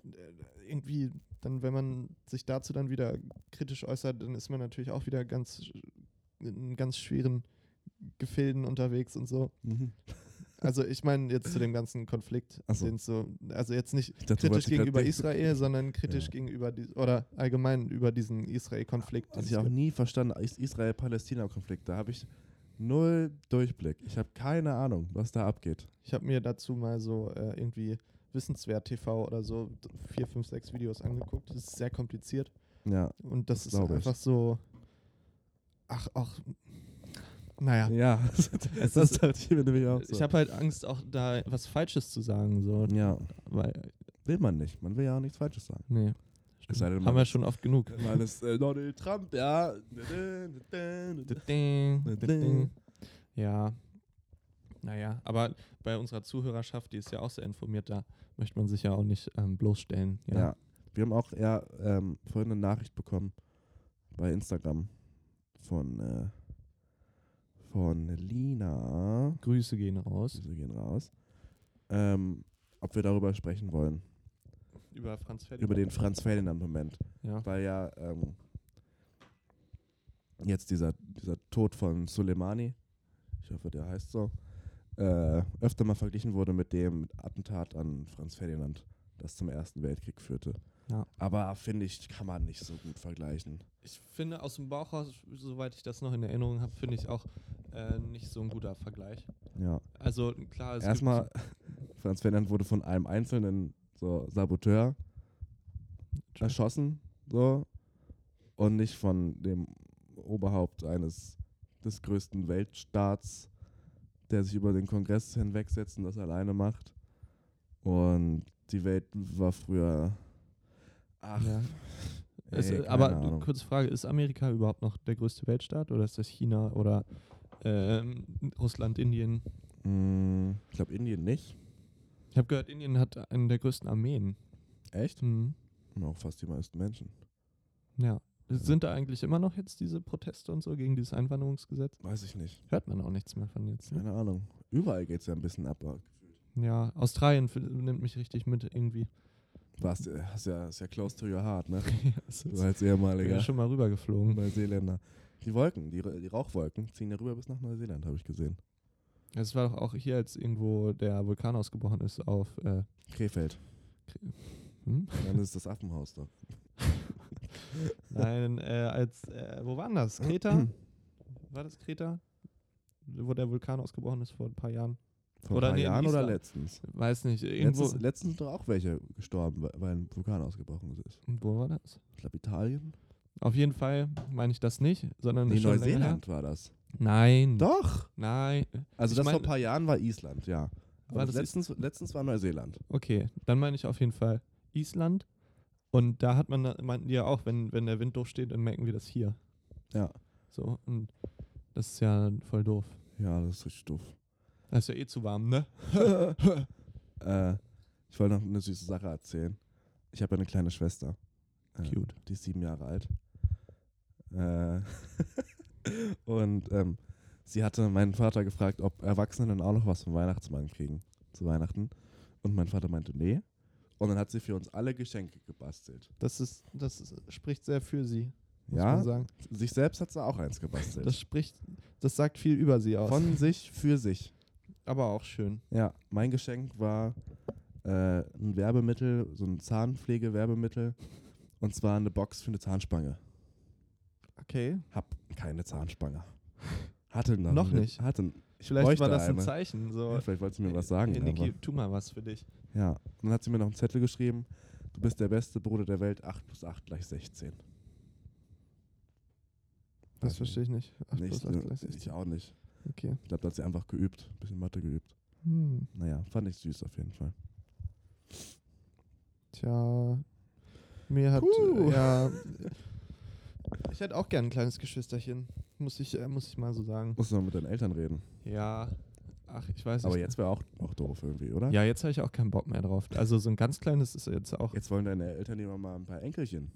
äh, irgendwie dann, wenn man sich dazu dann wieder kritisch äußert, dann ist man natürlich auch wieder ganz sch- in ganz schweren Gefilden unterwegs und so. Mhm. Also ich meine jetzt zu dem ganzen Konflikt, Ach so. den's so, also jetzt nicht Ich dachte, du kritisch wolltest halt grad gegenüber den- Israel, sondern kritisch Ja. gegenüber die, oder allgemein über diesen Israel-Konflikt. Hatte den ich es auch gibt. nie verstanden. Is- Israel-Palästina-Konflikt. Da habe ich null Durchblick. Ich habe keine Ahnung, was da abgeht. Ich habe mir dazu mal so äh, irgendwie Wissenswert TV oder so d- vier, fünf, sechs Videos angeguckt. Das ist sehr kompliziert Ja. und das, Das ist glaub ich. einfach so. Ach, auch. Naja. Ja. Es das ist- dachte ich mir nämlich auch so. Ich habe halt Angst, auch da was Falsches zu sagen. So, ja. weil, Will man nicht. Man will ja auch nichts Falsches sagen. nee. Es sei denn, Haben man, wir schon oft genug. man ist äh, Donald Trump, ja. Ding, ding. Ja. Naja, aber bei unserer Zuhörerschaft, die ist ja auch sehr informiert, da möchte man sich ja auch nicht ähm, bloßstellen. Ja. Wir haben auch ja ähm, vorhin eine Nachricht bekommen bei Instagram von, äh, von Lina. Grüße gehen raus. Grüße gehen raus. Ähm, ob wir darüber sprechen wollen. Über Franz Ferdinand. Über den Franz Ferdinand-Moment. Ja. Weil ja ähm, jetzt dieser, dieser Tod von Soleimani, ich hoffe, der heißt so, äh, öfter mal verglichen wurde mit dem Attentat an Franz Ferdinand, das zum Ersten Weltkrieg führte. Ja. Aber finde ich, kann man nicht so gut vergleichen. Ich finde aus dem Bauch raus, soweit ich das noch in Erinnerung habe, finde ich auch äh, nicht so ein guter Vergleich. Ja. Also klar, es Erstmal, Franz Ferdinand wurde von einem einzelnen so, Saboteur erschossen, so, und nicht von dem Oberhaupt eines des größten Weltstaats, der sich über den Kongress hinwegsetzt und das alleine macht. Und die Welt war früher. Ach, gibt, ja. ey, es, äh, keine aber Ahnung. kurze Frage, ist Amerika überhaupt noch der größte Weltstaat oder ist das China oder ähm, Russland, Indien? Mm, ich glaube Indien nicht. Ich habe gehört, Indien hat einen der größten Armeen. Echt? Mhm. Und auch fast die meisten Menschen. Ja. Sind da eigentlich immer noch jetzt diese Proteste und so gegen dieses Einwanderungsgesetz? Weiß ich nicht. Hört man auch nichts mehr von jetzt. Ne? Keine Ahnung. Überall geht es ja ein bisschen ab. aber Ja, Australien f- nimmt mich richtig mit irgendwie. Warst, äh, hast ja, ist ja close to your heart, ne? Es Du ist- als Ich bin ja ehemaliger schon mal rübergeflogen. Neuseeländer. Die Wolken, die, die Rauchwolken ziehen ja rüber bis nach Neuseeland, habe ich gesehen. Es war doch auch hier, als irgendwo der Vulkan ausgebrochen ist auf äh, Krefeld. hm? Dann ist das Affenhaus da. Nein, äh, als äh, wo war denn das? Kreta? War das Kreta? Wo der Vulkan ausgebrochen ist vor ein paar Jahren? Vor Oder ein paar nee, in Jahren oder Island. letztens? Weiß nicht, irgendwo. Letztens, letztens sind doch auch welche gestorben, weil- weil ein Vulkan ausgebrochen ist. Wo war das? Ich glaube Italien. Auf jeden Fall meine ich das nicht, sondern Nee, schon länger her. Neuseeland war das. Nein. Doch. Nein. Also Ich das mein- vor ein paar Jahren war Island, ja. War Aber das letztens, letztens war Neuseeland. Okay, dann meine ich auf jeden Fall Island. Und da hat man, meinten die ja auch, wenn, wenn der Wind durchsteht, dann merken wir das hier. Ja. So, und das ist ja voll doof. Ja, das ist richtig doof. Das ist ja eh zu warm, ne? Äh, ich wollte noch eine süße Sache erzählen. Ich habe ja eine kleine Schwester. Äh, Cute. Die ist sieben Jahre alt. Äh, und ähm, sie hatte meinen Vater gefragt, ob Erwachsene dann auch noch was vom Weihnachtsmann kriegen zu Weihnachten. Und mein Vater meinte, nee. Und dann hat sie für uns alle Geschenke gebastelt. Das ist, das ist, spricht sehr für sie, muss ja, man sagen. sich selbst hat sie auch eins gebastelt. Das spricht, das sagt viel über sie aus. Von sich für sich. aber auch schön. Ja, mein Geschenk war äh, ein Werbemittel, so ein Zahnpflegewerbemittel. Und zwar eine Box für eine Zahnspange. Okay. Hab keine Zahnspange. Hatte noch, Noch eine- nicht? Hatte, ich Vielleicht bräuchte war das ein eine. Zeichen. So. Ja, vielleicht wollte sie mir was sagen. Hey, aber, Niki, tu mal was für dich. ja. Und dann hat sie mir noch einen Zettel geschrieben. Du bist der beste Bruder der Welt. 8 plus 8 gleich 16. Das Weiß verstehe ich nicht. Ach, nicht. bloß Nicht, acht, äh, gleich Ich sechzehn. auch nicht. Okay. Ich glaube, da hat sie einfach geübt. Ein bisschen Mathe geübt. Hm. Naja, fand ich süß auf jeden Fall. Tja, mir hat Puh. äh, ja. Ich hätte auch gern ein kleines Geschwisterchen, muss ich, äh, muss ich mal so sagen. Musst du mal mit deinen Eltern reden. Ja, Ach, ich weiß Aber nicht. jetzt wäre auch, auch doof irgendwie, oder? Ja, jetzt habe ich auch keinen Bock mehr drauf. Also so ein ganz kleines ist jetzt auch. Jetzt wollen deine Eltern immer mal ein paar Enkelchen.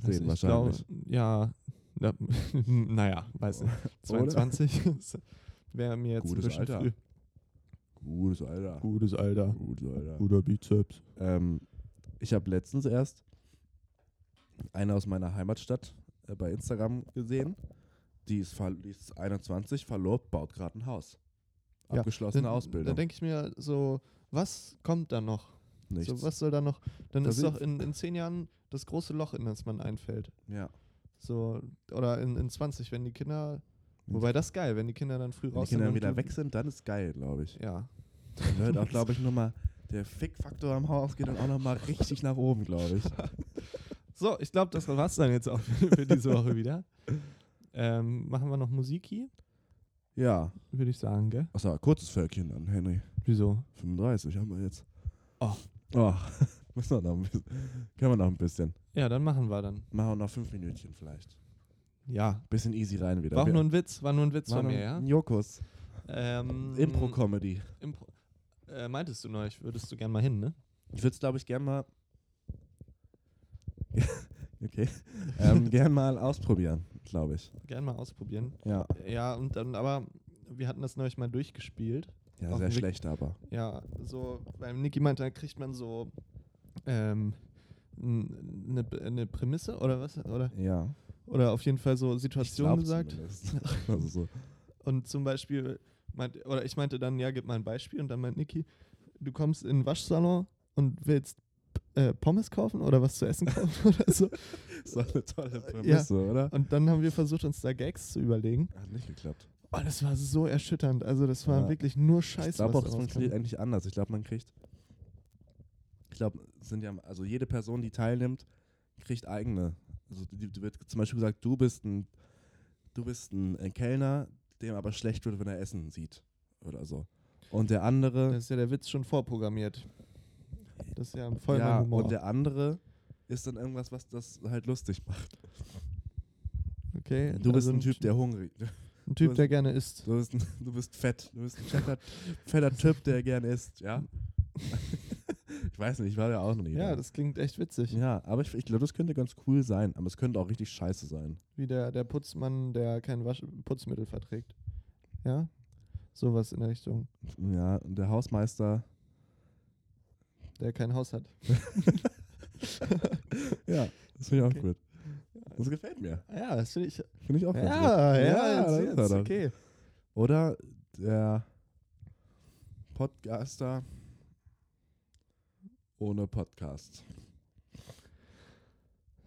weiß sehen nicht, ich glaub, wahrscheinlich. ja, na, naja, weiß nicht. 22 wäre mir jetzt Gutes ein bisschen Alter. früh. Gutes Alter. Gutes Alter. Gutes Alter. Guter Bizeps. Ähm, ich habe letztens erst eine aus meiner Heimatstadt äh, bei Instagram gesehen. Die ist, verl- die ist 21, verlobt, baut gerade ein Haus. Ja, Abgeschlossene Dann- Da Ausbildung. denke ich mir so, was kommt da noch? Nichts. So, was soll da noch? Dann Da ist sind- doch in, in zehn Jahren das große Loch, in das man einfällt. ja. So, oder in, in 20, wenn die Kinder. Wenn Wobei das ist geil, wenn die Kinder dann früh Wenn die raus sind. Kinder und wieder du- weg sind, dann ist geil, glaube ich. Ja. Dann wird auch, glaube ich, nochmal der Fickfaktor am Haus geht dann auch nochmal richtig nach oben, glaube ich. So, ich glaube, das war's dann jetzt auch für, für diese Woche wieder. Ähm, machen wir noch Musik hier, Ja. würde ich sagen, gell? Achso, kurzes Völkchen dann, Henry. Wieso? 35 haben wir jetzt. Oh. Oh. Müssen wir noch ein bisschen. Können wir noch ein bisschen. Ja, dann machen wir dann. Machen wir noch fünf Minütchen vielleicht. Ja. Bisschen easy rein wieder. War auch Wir- nur ein Witz, war nur ein Witz war von nur mir, ein ja? Jokus. Mm. Ähm, Impro-Comedy. Impro äh, meintest du neulich, würdest du gern mal hin, ne? Ich würde es, glaube ich, gern mal. okay. ähm, gern mal ausprobieren, glaube ich. Gern mal ausprobieren. Ja. Ja, und dann, aber wir hatten das neulich mal durchgespielt. Ja, Auf sehr dem Weg- schlecht, aber. Ja, so, weil Niki meinte, da kriegt man so ähm, eine eine Prämisse oder was? Oder, Ja. oder auf jeden Fall so Ich Situationen glaub gesagt. zumindest. Also so. Und zum Beispiel, meint, oder ich meinte dann, ja, gib mal ein Beispiel. Und dann meint Niki, du kommst in den Waschsalon und willst äh, Pommes kaufen oder was zu essen kaufen oder so. so eine tolle Prämisse, oder? Und dann haben wir versucht, uns da Gags zu überlegen. Hat nicht geklappt. Oh, das war so erschütternd. Also, das war Ja. wirklich nur Scheiße. Ich glaube was auch, es daraus funktioniert kam. eigentlich anders. Ich glaube, man kriegt. Ich glaube, sind ja. Also jede Person, die teilnimmt, kriegt eigene. Also die, die wird zum Beispiel gesagt, du bist ein. Du bist ein, äh, Kellner, dem aber schlecht wird, wenn er Essen sieht. Oder so. Und der Da andere. ist ja der Witz schon vorprogrammiert. Das ist ja voll ja, mein Humor. und der andere ist dann irgendwas, was das halt lustig macht. okay, Du bist also ein Typ, der hungrig. ein du- Typ, der gerne isst. Du bist, ein, du bist fett. Du bist ein fetter, fetter Typ, der gern isst, ja? ich weiß nicht, ich war ja auch noch nie. Ja, da. das klingt echt witzig. Ja, aber ich, ich glaube, das könnte ganz cool sein, aber es könnte auch richtig scheiße sein. Wie der, der Putzmann, der kein Wasch Putzmittel verträgt. Ja? Sowas in der Richtung. Ja, und der Hausmeister. Der kein Haus hat. Ja, das finde ich auch Okay. gut. Ah Das gefällt mir. Ja, das finde ich. Finde ich auch Ja, ganz ja, gut. jetzt, das jetzt, ist er doch. okay. Oder der Podcaster ohne Podcast.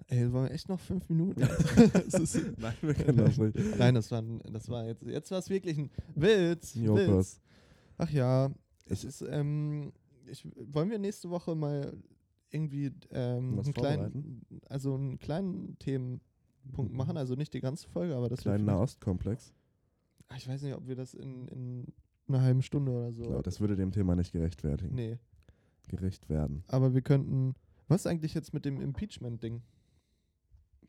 Ey, waren echt noch fünf Minuten. Das ist- Nein, wir können das nicht. Genau. Nein, das war, das war jetzt. Jetzt war es wirklich ein Witz. Witz. Jokos. Ach ja. Es Ich- ist, ähm, ich, wollen wir nächste Woche mal irgendwie ähm, Was einen kleinen, vorbereiten? also einen kleinen Themenpunkt machen, also nicht die ganze Folge, aber das wir Kleiner vielleicht- Nahostkomplex. Ah, Ich weiß nicht, ob wir das in, in einer halben Stunde oder so. Ich glaub, Das würde dem Thema nicht gerechtfertigen. nee, Gerecht werden. aber wir könnten. Was ist eigentlich jetzt mit dem Impeachment-Ding?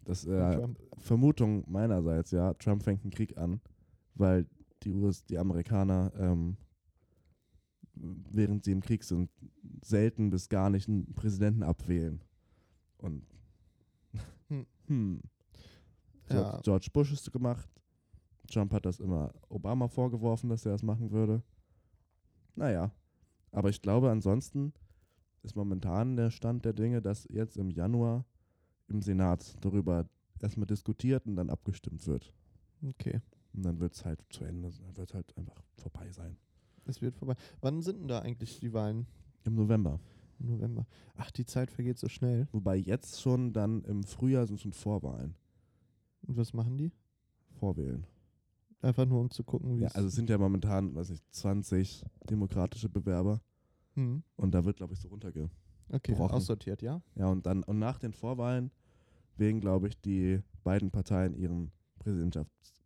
Das mit äh, Trump? Vermutung meinerseits, ja, Trump fängt einen Krieg an, weil die US, die Amerikaner, ähm, während sie im Krieg sind, selten bis gar nicht einen Präsidenten abwählen. Und Hm. hm. So Ja. hat George Bush es gemacht. Trump hat das immer Obama vorgeworfen, dass er das machen würde. Naja, aber ich glaube, ansonsten ist momentan der Stand der Dinge, dass jetzt im Januar im Senat darüber erstmal diskutiert und dann abgestimmt wird. Okay, Und dann wird es halt zu Ende, dann wird halt einfach vorbei sein. es wird vorbei. Wann sind denn da eigentlich die Wahlen? Im November. Im November. Ach, die Zeit vergeht so schnell. Wobei jetzt schon dann im Frühjahr sind schon Vorwahlen. Und was machen die? Vorwählen. Einfach nur um zu gucken, wie Ja, es- also es sind ja momentan, weiß nicht, 20 demokratische Bewerber. hm. Und da wird, glaube ich, so runterge. Okay, gebrochen. aussortiert, ja? Ja, und dann, und nach den Vorwahlen wählen, glaube ich, die beiden Parteien ihren Präsidentschafts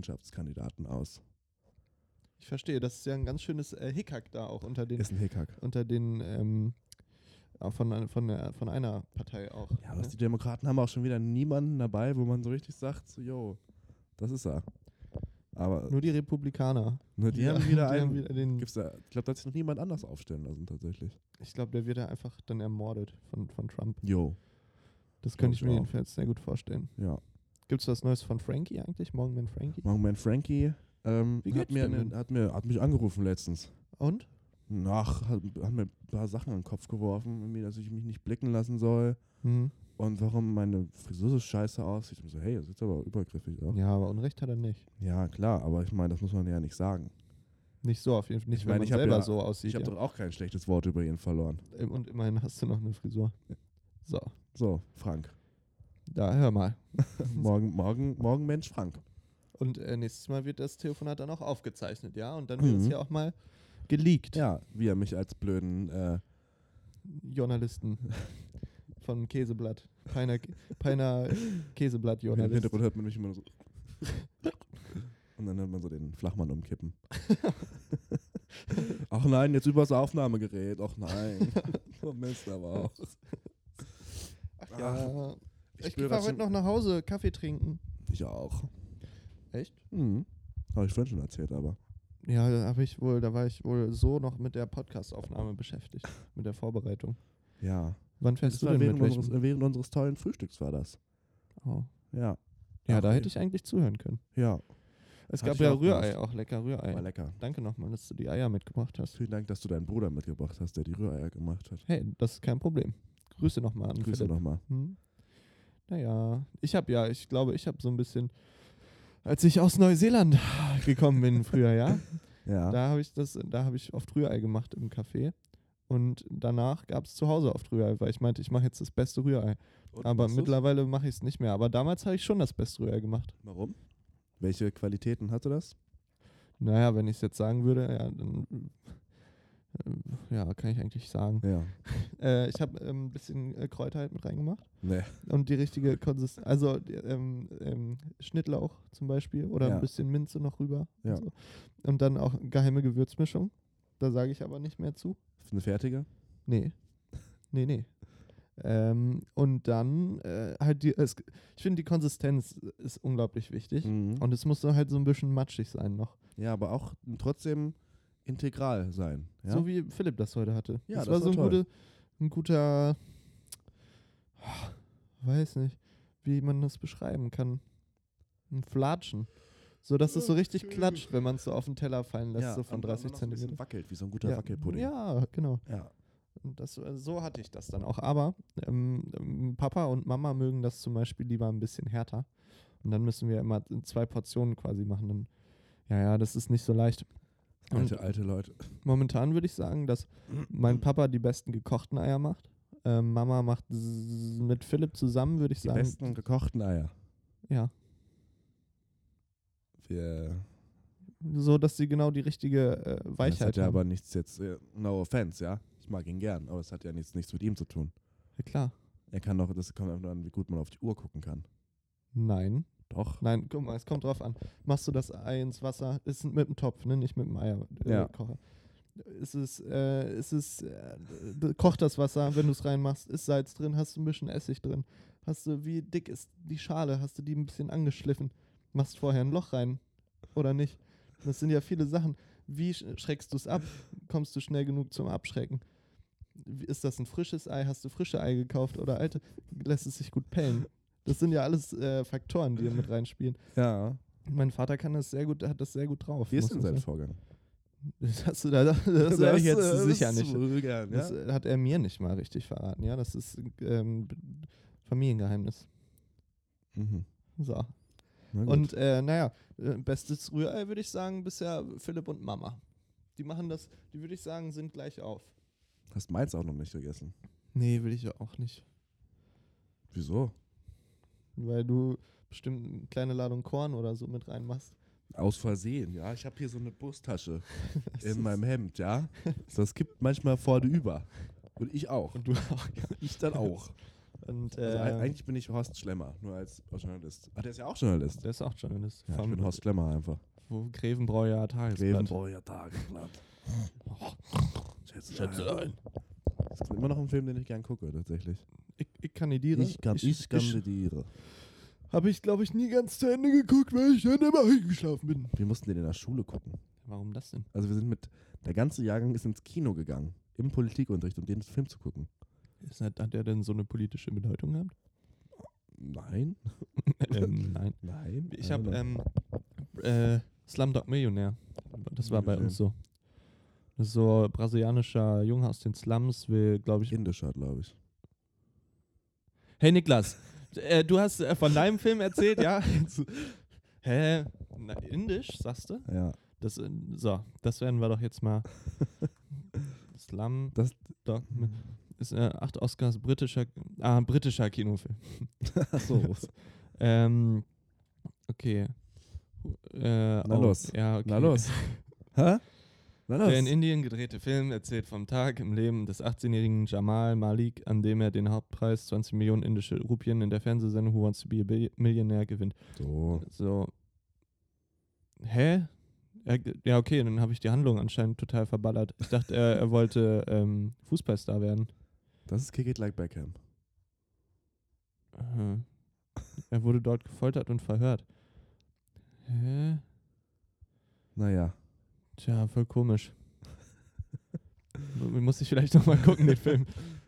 Präsidentschaftskandidaten aus. Ich verstehe, das ist ja ein ganz schönes äh, Hickhack da auch unter den Ist ein Hickhack. unter den ähm, auch von, ein- von, der- von einer Partei auch. Ja, ne? was die Demokraten haben auch schon wieder niemanden dabei, wo man so richtig sagt, so, yo, das ist er. Aber Nur die Republikaner. nur die haben wieder die haben einen. wieder den. Gibt's da, ich glaube, da hat sich noch niemand anders aufstellen lassen, tatsächlich. Ich glaube, der wird ja einfach dann ermordet von, von Trump. Jo. Das Glaub könnte ich ich mir auch. jedenfalls sehr gut vorstellen. Ja. Gibt es was Neues von Frankie eigentlich? Morgen mit Frankie? Moment, Frankie ähm, Wie hat, geht's mir denn einen, denn? hat, mir, hat mich angerufen letztens. Und? Nach, hat, hat mir ein paar Sachen an den Kopf geworfen, irgendwie, dass ich mich nicht blicken lassen soll. Mhm. Und warum meine Frisur so scheiße aussieht. Ich so, hey, das ist aber übergriffig auch. Ja, Ja, aber Unrecht hat er nicht. klar, aber ich meine, das muss man ja nicht sagen. Nicht so auf jeden Fall. Nicht, Ich wenn meine, man ich hab selber ja- so Ich aussieht. habe Ja. doch auch kein schlechtes Wort über ihn verloren. Und immerhin hast du noch eine Frisur. So, So, Frank. da hör mal. Mhm. morgen, morgen, morgen Mensch Frank. Und äh, nächstes Mal wird das Telefonat dann auch aufgezeichnet, ja? Und dann Mhm. wird es ja auch mal geleakt. Ja, wie er mich als blöden äh, Journalisten von Käseblatt. Peiner, Peiner im Käseblatt-Journalist. Hintergrund hört man mich immer so. Und dann hört man so den Flachmann umkippen. Ach nein, jetzt übers Aufnahmegerät. Ach nein. Oh Mist, aber auch. Ach ja. Ich Ich, spür gehe was heute im- noch nach Hause Kaffee trinken. Ich auch. Echt? Mhm. Habe ich vorhin schon erzählt, aber. Ja, da habe ich wohl, da war ich wohl so noch mit der Podcastaufnahme beschäftigt, mit der Vorbereitung. Ja. Wann fährst Das du war denn mit während welchem? unseres, während unseres tollen Frühstücks war das. Oh. Ja. Ja, Ach, da hätte ey. ich eigentlich zuhören können. Ja. Es Hatte gab ich ja auch Rührei, gemacht. auch lecker War Rührei. lecker. Danke nochmal, dass du die Eier mitgebracht hast. Vielen Dank, dass du deinen Bruder mitgebracht hast, der die Rühreier gemacht hat. Hey, das ist kein Problem. Grüße nochmal an Grüße Philipp. nochmal. Hm? Naja, ich habe ja, ich glaube, ich habe so ein bisschen, als ich aus Neuseeland gekommen bin früher, ja, Ja. da habe ich das, da habe ich oft Rührei gemacht im Café. Und danach gab es zu Hause oft Rührei, weil ich meinte, ich mache jetzt das beste Rührei. Und Aber machst du's? mittlerweile mache ich es nicht mehr. Aber damals habe ich schon das beste Rührei gemacht. Warum? Welche Qualitäten hatte das? Naja, wenn ich es jetzt sagen würde, ja, dann äh, ja, kann ich eigentlich sagen. Ja. Äh, ich habe ähm, ein bisschen äh, Kräuter halt mit reingemacht. Nee. Und die richtige Konsistenz, also die, ähm, ähm, Schnittlauch zum Beispiel oder Ja. ein bisschen Minze noch rüber. Ja. Und, so. und dann auch geheime Gewürzmischung. Da sage ich aber nicht mehr zu. Eine fertige? Nee. Nee, nee. Ähm, und dann äh, halt die, es, ich finde die Konsistenz ist unglaublich wichtig. Mhm. Und es muss dann halt so ein bisschen matschig sein noch. Ja, aber auch trotzdem integral sein. Ja? So wie Philipp das heute hatte. Ja, das war so war ein, toll. gute, ein guter, ah, weiß nicht, wie man das beschreiben kann. Ein Flatschen. So dass es so richtig klatscht, wenn man es so auf den Teller fallen lässt, ja, so von und dann noch 30 so ein bisschen Zentimeter. wackelt, wie so ein guter Ja, Wackelpudding. ja, genau. ja. Und das, äh, so hatte ich das dann auch. Aber ähm, ähm, Papa und Mama mögen das zum Beispiel lieber ein bisschen härter. Und dann müssen wir immer zwei Portionen quasi machen. Dann, ja, ja, das ist nicht so leicht. Und Alte, alte Leute. momentan würde ich sagen, dass mein Papa die besten gekochten Eier macht. Ähm, Mama macht s- mit Philipp zusammen, würde ich Die sagen. besten gekochten Eier. Ja. Wir, So, dass sie genau die richtige äh, das hat Weichheit ja haben. aber nichts jetzt, äh, no offense, ja. Ich mag ihn gern, aber es hat ja nichts, nichts mit ihm zu tun. Ja, klar. Er kann doch, das kommt einfach nur an, wie gut man auf die Uhr gucken kann. Nein. Doch. Nein, guck mal, es kommt drauf an. Machst du das Ei ins Wasser? Ist mit dem Topf, ne? nicht mit dem Eierkocher. Äh, Ja. Kocher. Ist es, äh, ist es, äh, d- kocht das Wasser, wenn du es reinmachst? Ist Salz drin? Hast du ein bisschen Essig drin? Hast du, wie dick ist die Schale? Hast du die ein bisschen angeschliffen? Machst vorher ein Loch rein oder nicht? Das sind ja viele Sachen. Wie sch- schreckst du es ab? Kommst du schnell genug zum Abschrecken? Wie- Ist das ein frisches Ei? Hast du frische Ei gekauft oder alte? Lässt es sich gut pellen? Das sind ja alles äh, Faktoren, die hier mit reinspielen. Ja. Mein Vater kann das sehr gut, hat das sehr gut drauf. Wie ist denn muss man sein sagen. Vorgang? Das hast du da, das, das werde ich jetzt äh, sicher das ne? nicht. Rügern, Das ja? äh, hat er mir nicht mal richtig verraten, ja. Das ist ähm, b- Familiengeheimnis. Mhm. So. Na gut. Und äh, naja, äh, bestes Rührei würde ich sagen, bisher Philipp und Mama. Die machen das, die würde ich sagen, sind gleich auf. Hast meins auch noch nicht gegessen. Nee, will ich ja auch nicht. Wieso? Weil du bestimmt eine kleine Ladung Korn oder so mit reinmachst. Aus Versehen, ja. Ich habe hier so eine Brusttasche Das ist- in meinem Hemd, ja. Das gibt manchmal Vorne über. Und ich auch. Und du auch, ja. Ich dann auch. Und, äh, Also ei- eigentlich bin ich Horst Schlemmer, nur als Journalist. Ah, der ist ja auch Journalist. der ist auch Journalist. Ja, ich Vom- bin Horst Schlemmer einfach. Wo Grevenbräuer Tagesblatt. Grevenbräuer Tageblatt. Schätze, Schätze ein. Das ist immer noch ein Film, den ich gern gucke, tatsächlich. Ich, ich kandidiere. kandidiere. Habe ich, glaube ich, nie ganz zu Ende geguckt, weil ich dann immer eingeschlafen bin. Wir mussten den in der Schule gucken. Warum das denn? Also wir sind mit, der ganze Jahrgang ist ins Kino gegangen, im Politikunterricht, um den Film zu gucken. Ist, hat hat der denn so eine politische Bedeutung gehabt? Nein, ähm, nein. nein. Ich I habe don't know. ähm, äh, Slumdog Millionär. Das war bei Gesehen. uns so. Das ist so ein brasilianischer Junge aus den Slums will, glaube ich. Indischer, glaube ich. Hey Niklas, äh, du hast äh, von deinem Film erzählt, ja? Hä? Na, indisch, sagst du? Ja, Das, äh, so, das werden wir doch jetzt mal. Slum. Das- Dog ist äh, acht Oscars britischer, ah, britischer Kinofilm. achso. Ähm, okay. Äh, Na oh, los. Ja, okay. Na los. Hä? Na los. Der in Indien gedrehte Film erzählt vom Tag im Leben des 18-jährigen Jamal Malik, an dem er den Hauptpreis 20 Millionen indische Rupien in der Fernsehsendung Who Wants to be a Bil- Millionaire gewinnt. so. So. Hä? Er, ja, okay, dann habe ich die Handlung anscheinend total verballert. Ich dachte, er, er wollte ähm, Fußballstar werden. Das ist Kick It Like Beckham. Aha. Er wurde dort gefoltert und verhört. Hä? Naja. Tja, voll komisch. Mu- Muss ich vielleicht nochmal gucken, den Film.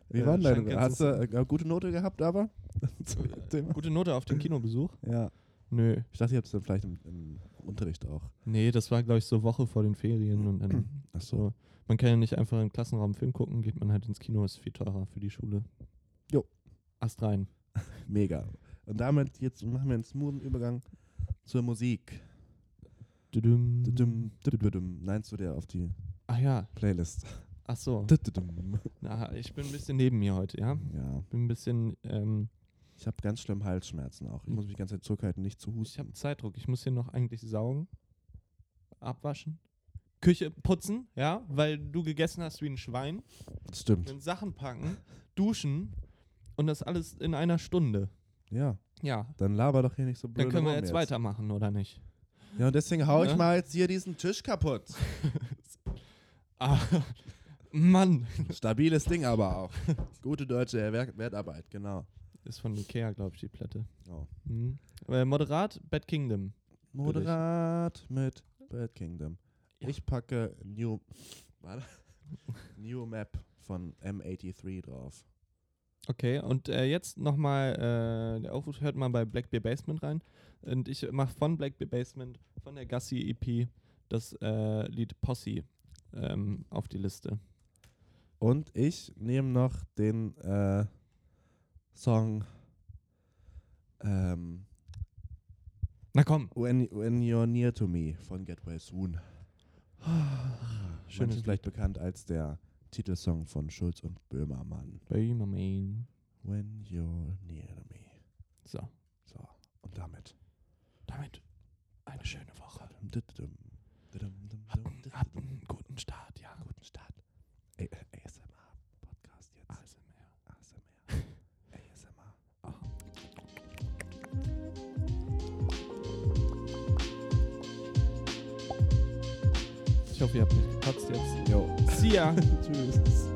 Wie Äh, war denn scheint deine? ganz Hast du so- äh, gute Note gehabt, aber? Zu dem Thema. Gute Note auf den Kinobesuch? Ja. Nö. Ich dachte, ihr habt es dann vielleicht im, im Unterricht auch. Nee, das war, glaube ich, so Woche vor den Ferien. Und dann Ach so. Man kann ja nicht einfach im Klassenraum einen Film gucken, geht man halt ins Kino, ist viel teurer für die Schule. Jo. Ast rein. Mega. Und damit jetzt machen wir einen smoothen Übergang zur Musik. Düdüm. Düdüm, düdüm. Nein, zu der auf die Ach ja, Playlist. ach so. Düdüm. Na, ich bin ein bisschen neben mir heute, ja? Ja. Bin ein bisschen, ähm, Ich habe ganz schlimm Halsschmerzen auch. Ich muss mich die ganze Zeit zurückhalten, nicht zu Hm. ich habe husten. Zeitdruck. Ich muss hier noch eigentlich saugen, abwaschen, Küche putzen, ja? Weil du gegessen hast wie ein Schwein. Stimmt. Dann Sachen packen, duschen und das alles in einer Stunde. Ja. Ja, Dann laber doch hier nicht so blöd. dann können wir jetzt weitermachen, oder nicht? Ja, und deswegen hau ich Ne? mal jetzt hier diesen Tisch kaputt. Ah, Mann. Stabiles Ding aber auch. Gute deutsche Werk Wertarbeit, genau. Ist von Ikea, glaube ich, die Platte. Oh. Mhm. Äh, Moderat, Bad Kingdom. Moderat mit Bird Kingdom. Ja. Ich packe New, warte, New Map von M83 drauf. Okay, und äh, jetzt nochmal, äh, der Aufruf hört mal bei Black Bear Basement rein. Und ich mache von Black Bear Basement, von der Gassi EP, das äh, Lied Posse ähm, auf die Liste. Und ich nehme noch den äh, Song ähm, Na komm. when, when You're Near to Me von Getaway Soon. Schönes Schön vielleicht bekannt als der Titelsong von Schulz und Böhmermann. Baby Main. When You're Near to Me. So, So, und damit. damit eine schöne Woche. Habt Guten einen guten Start, ja. Start. A- ASMR Podcast jetzt. ASMR. ASMR. ASMR. Ich hoffe, ihr habt nicht gekotzt jetzt. Jo. See ya. Tschüss.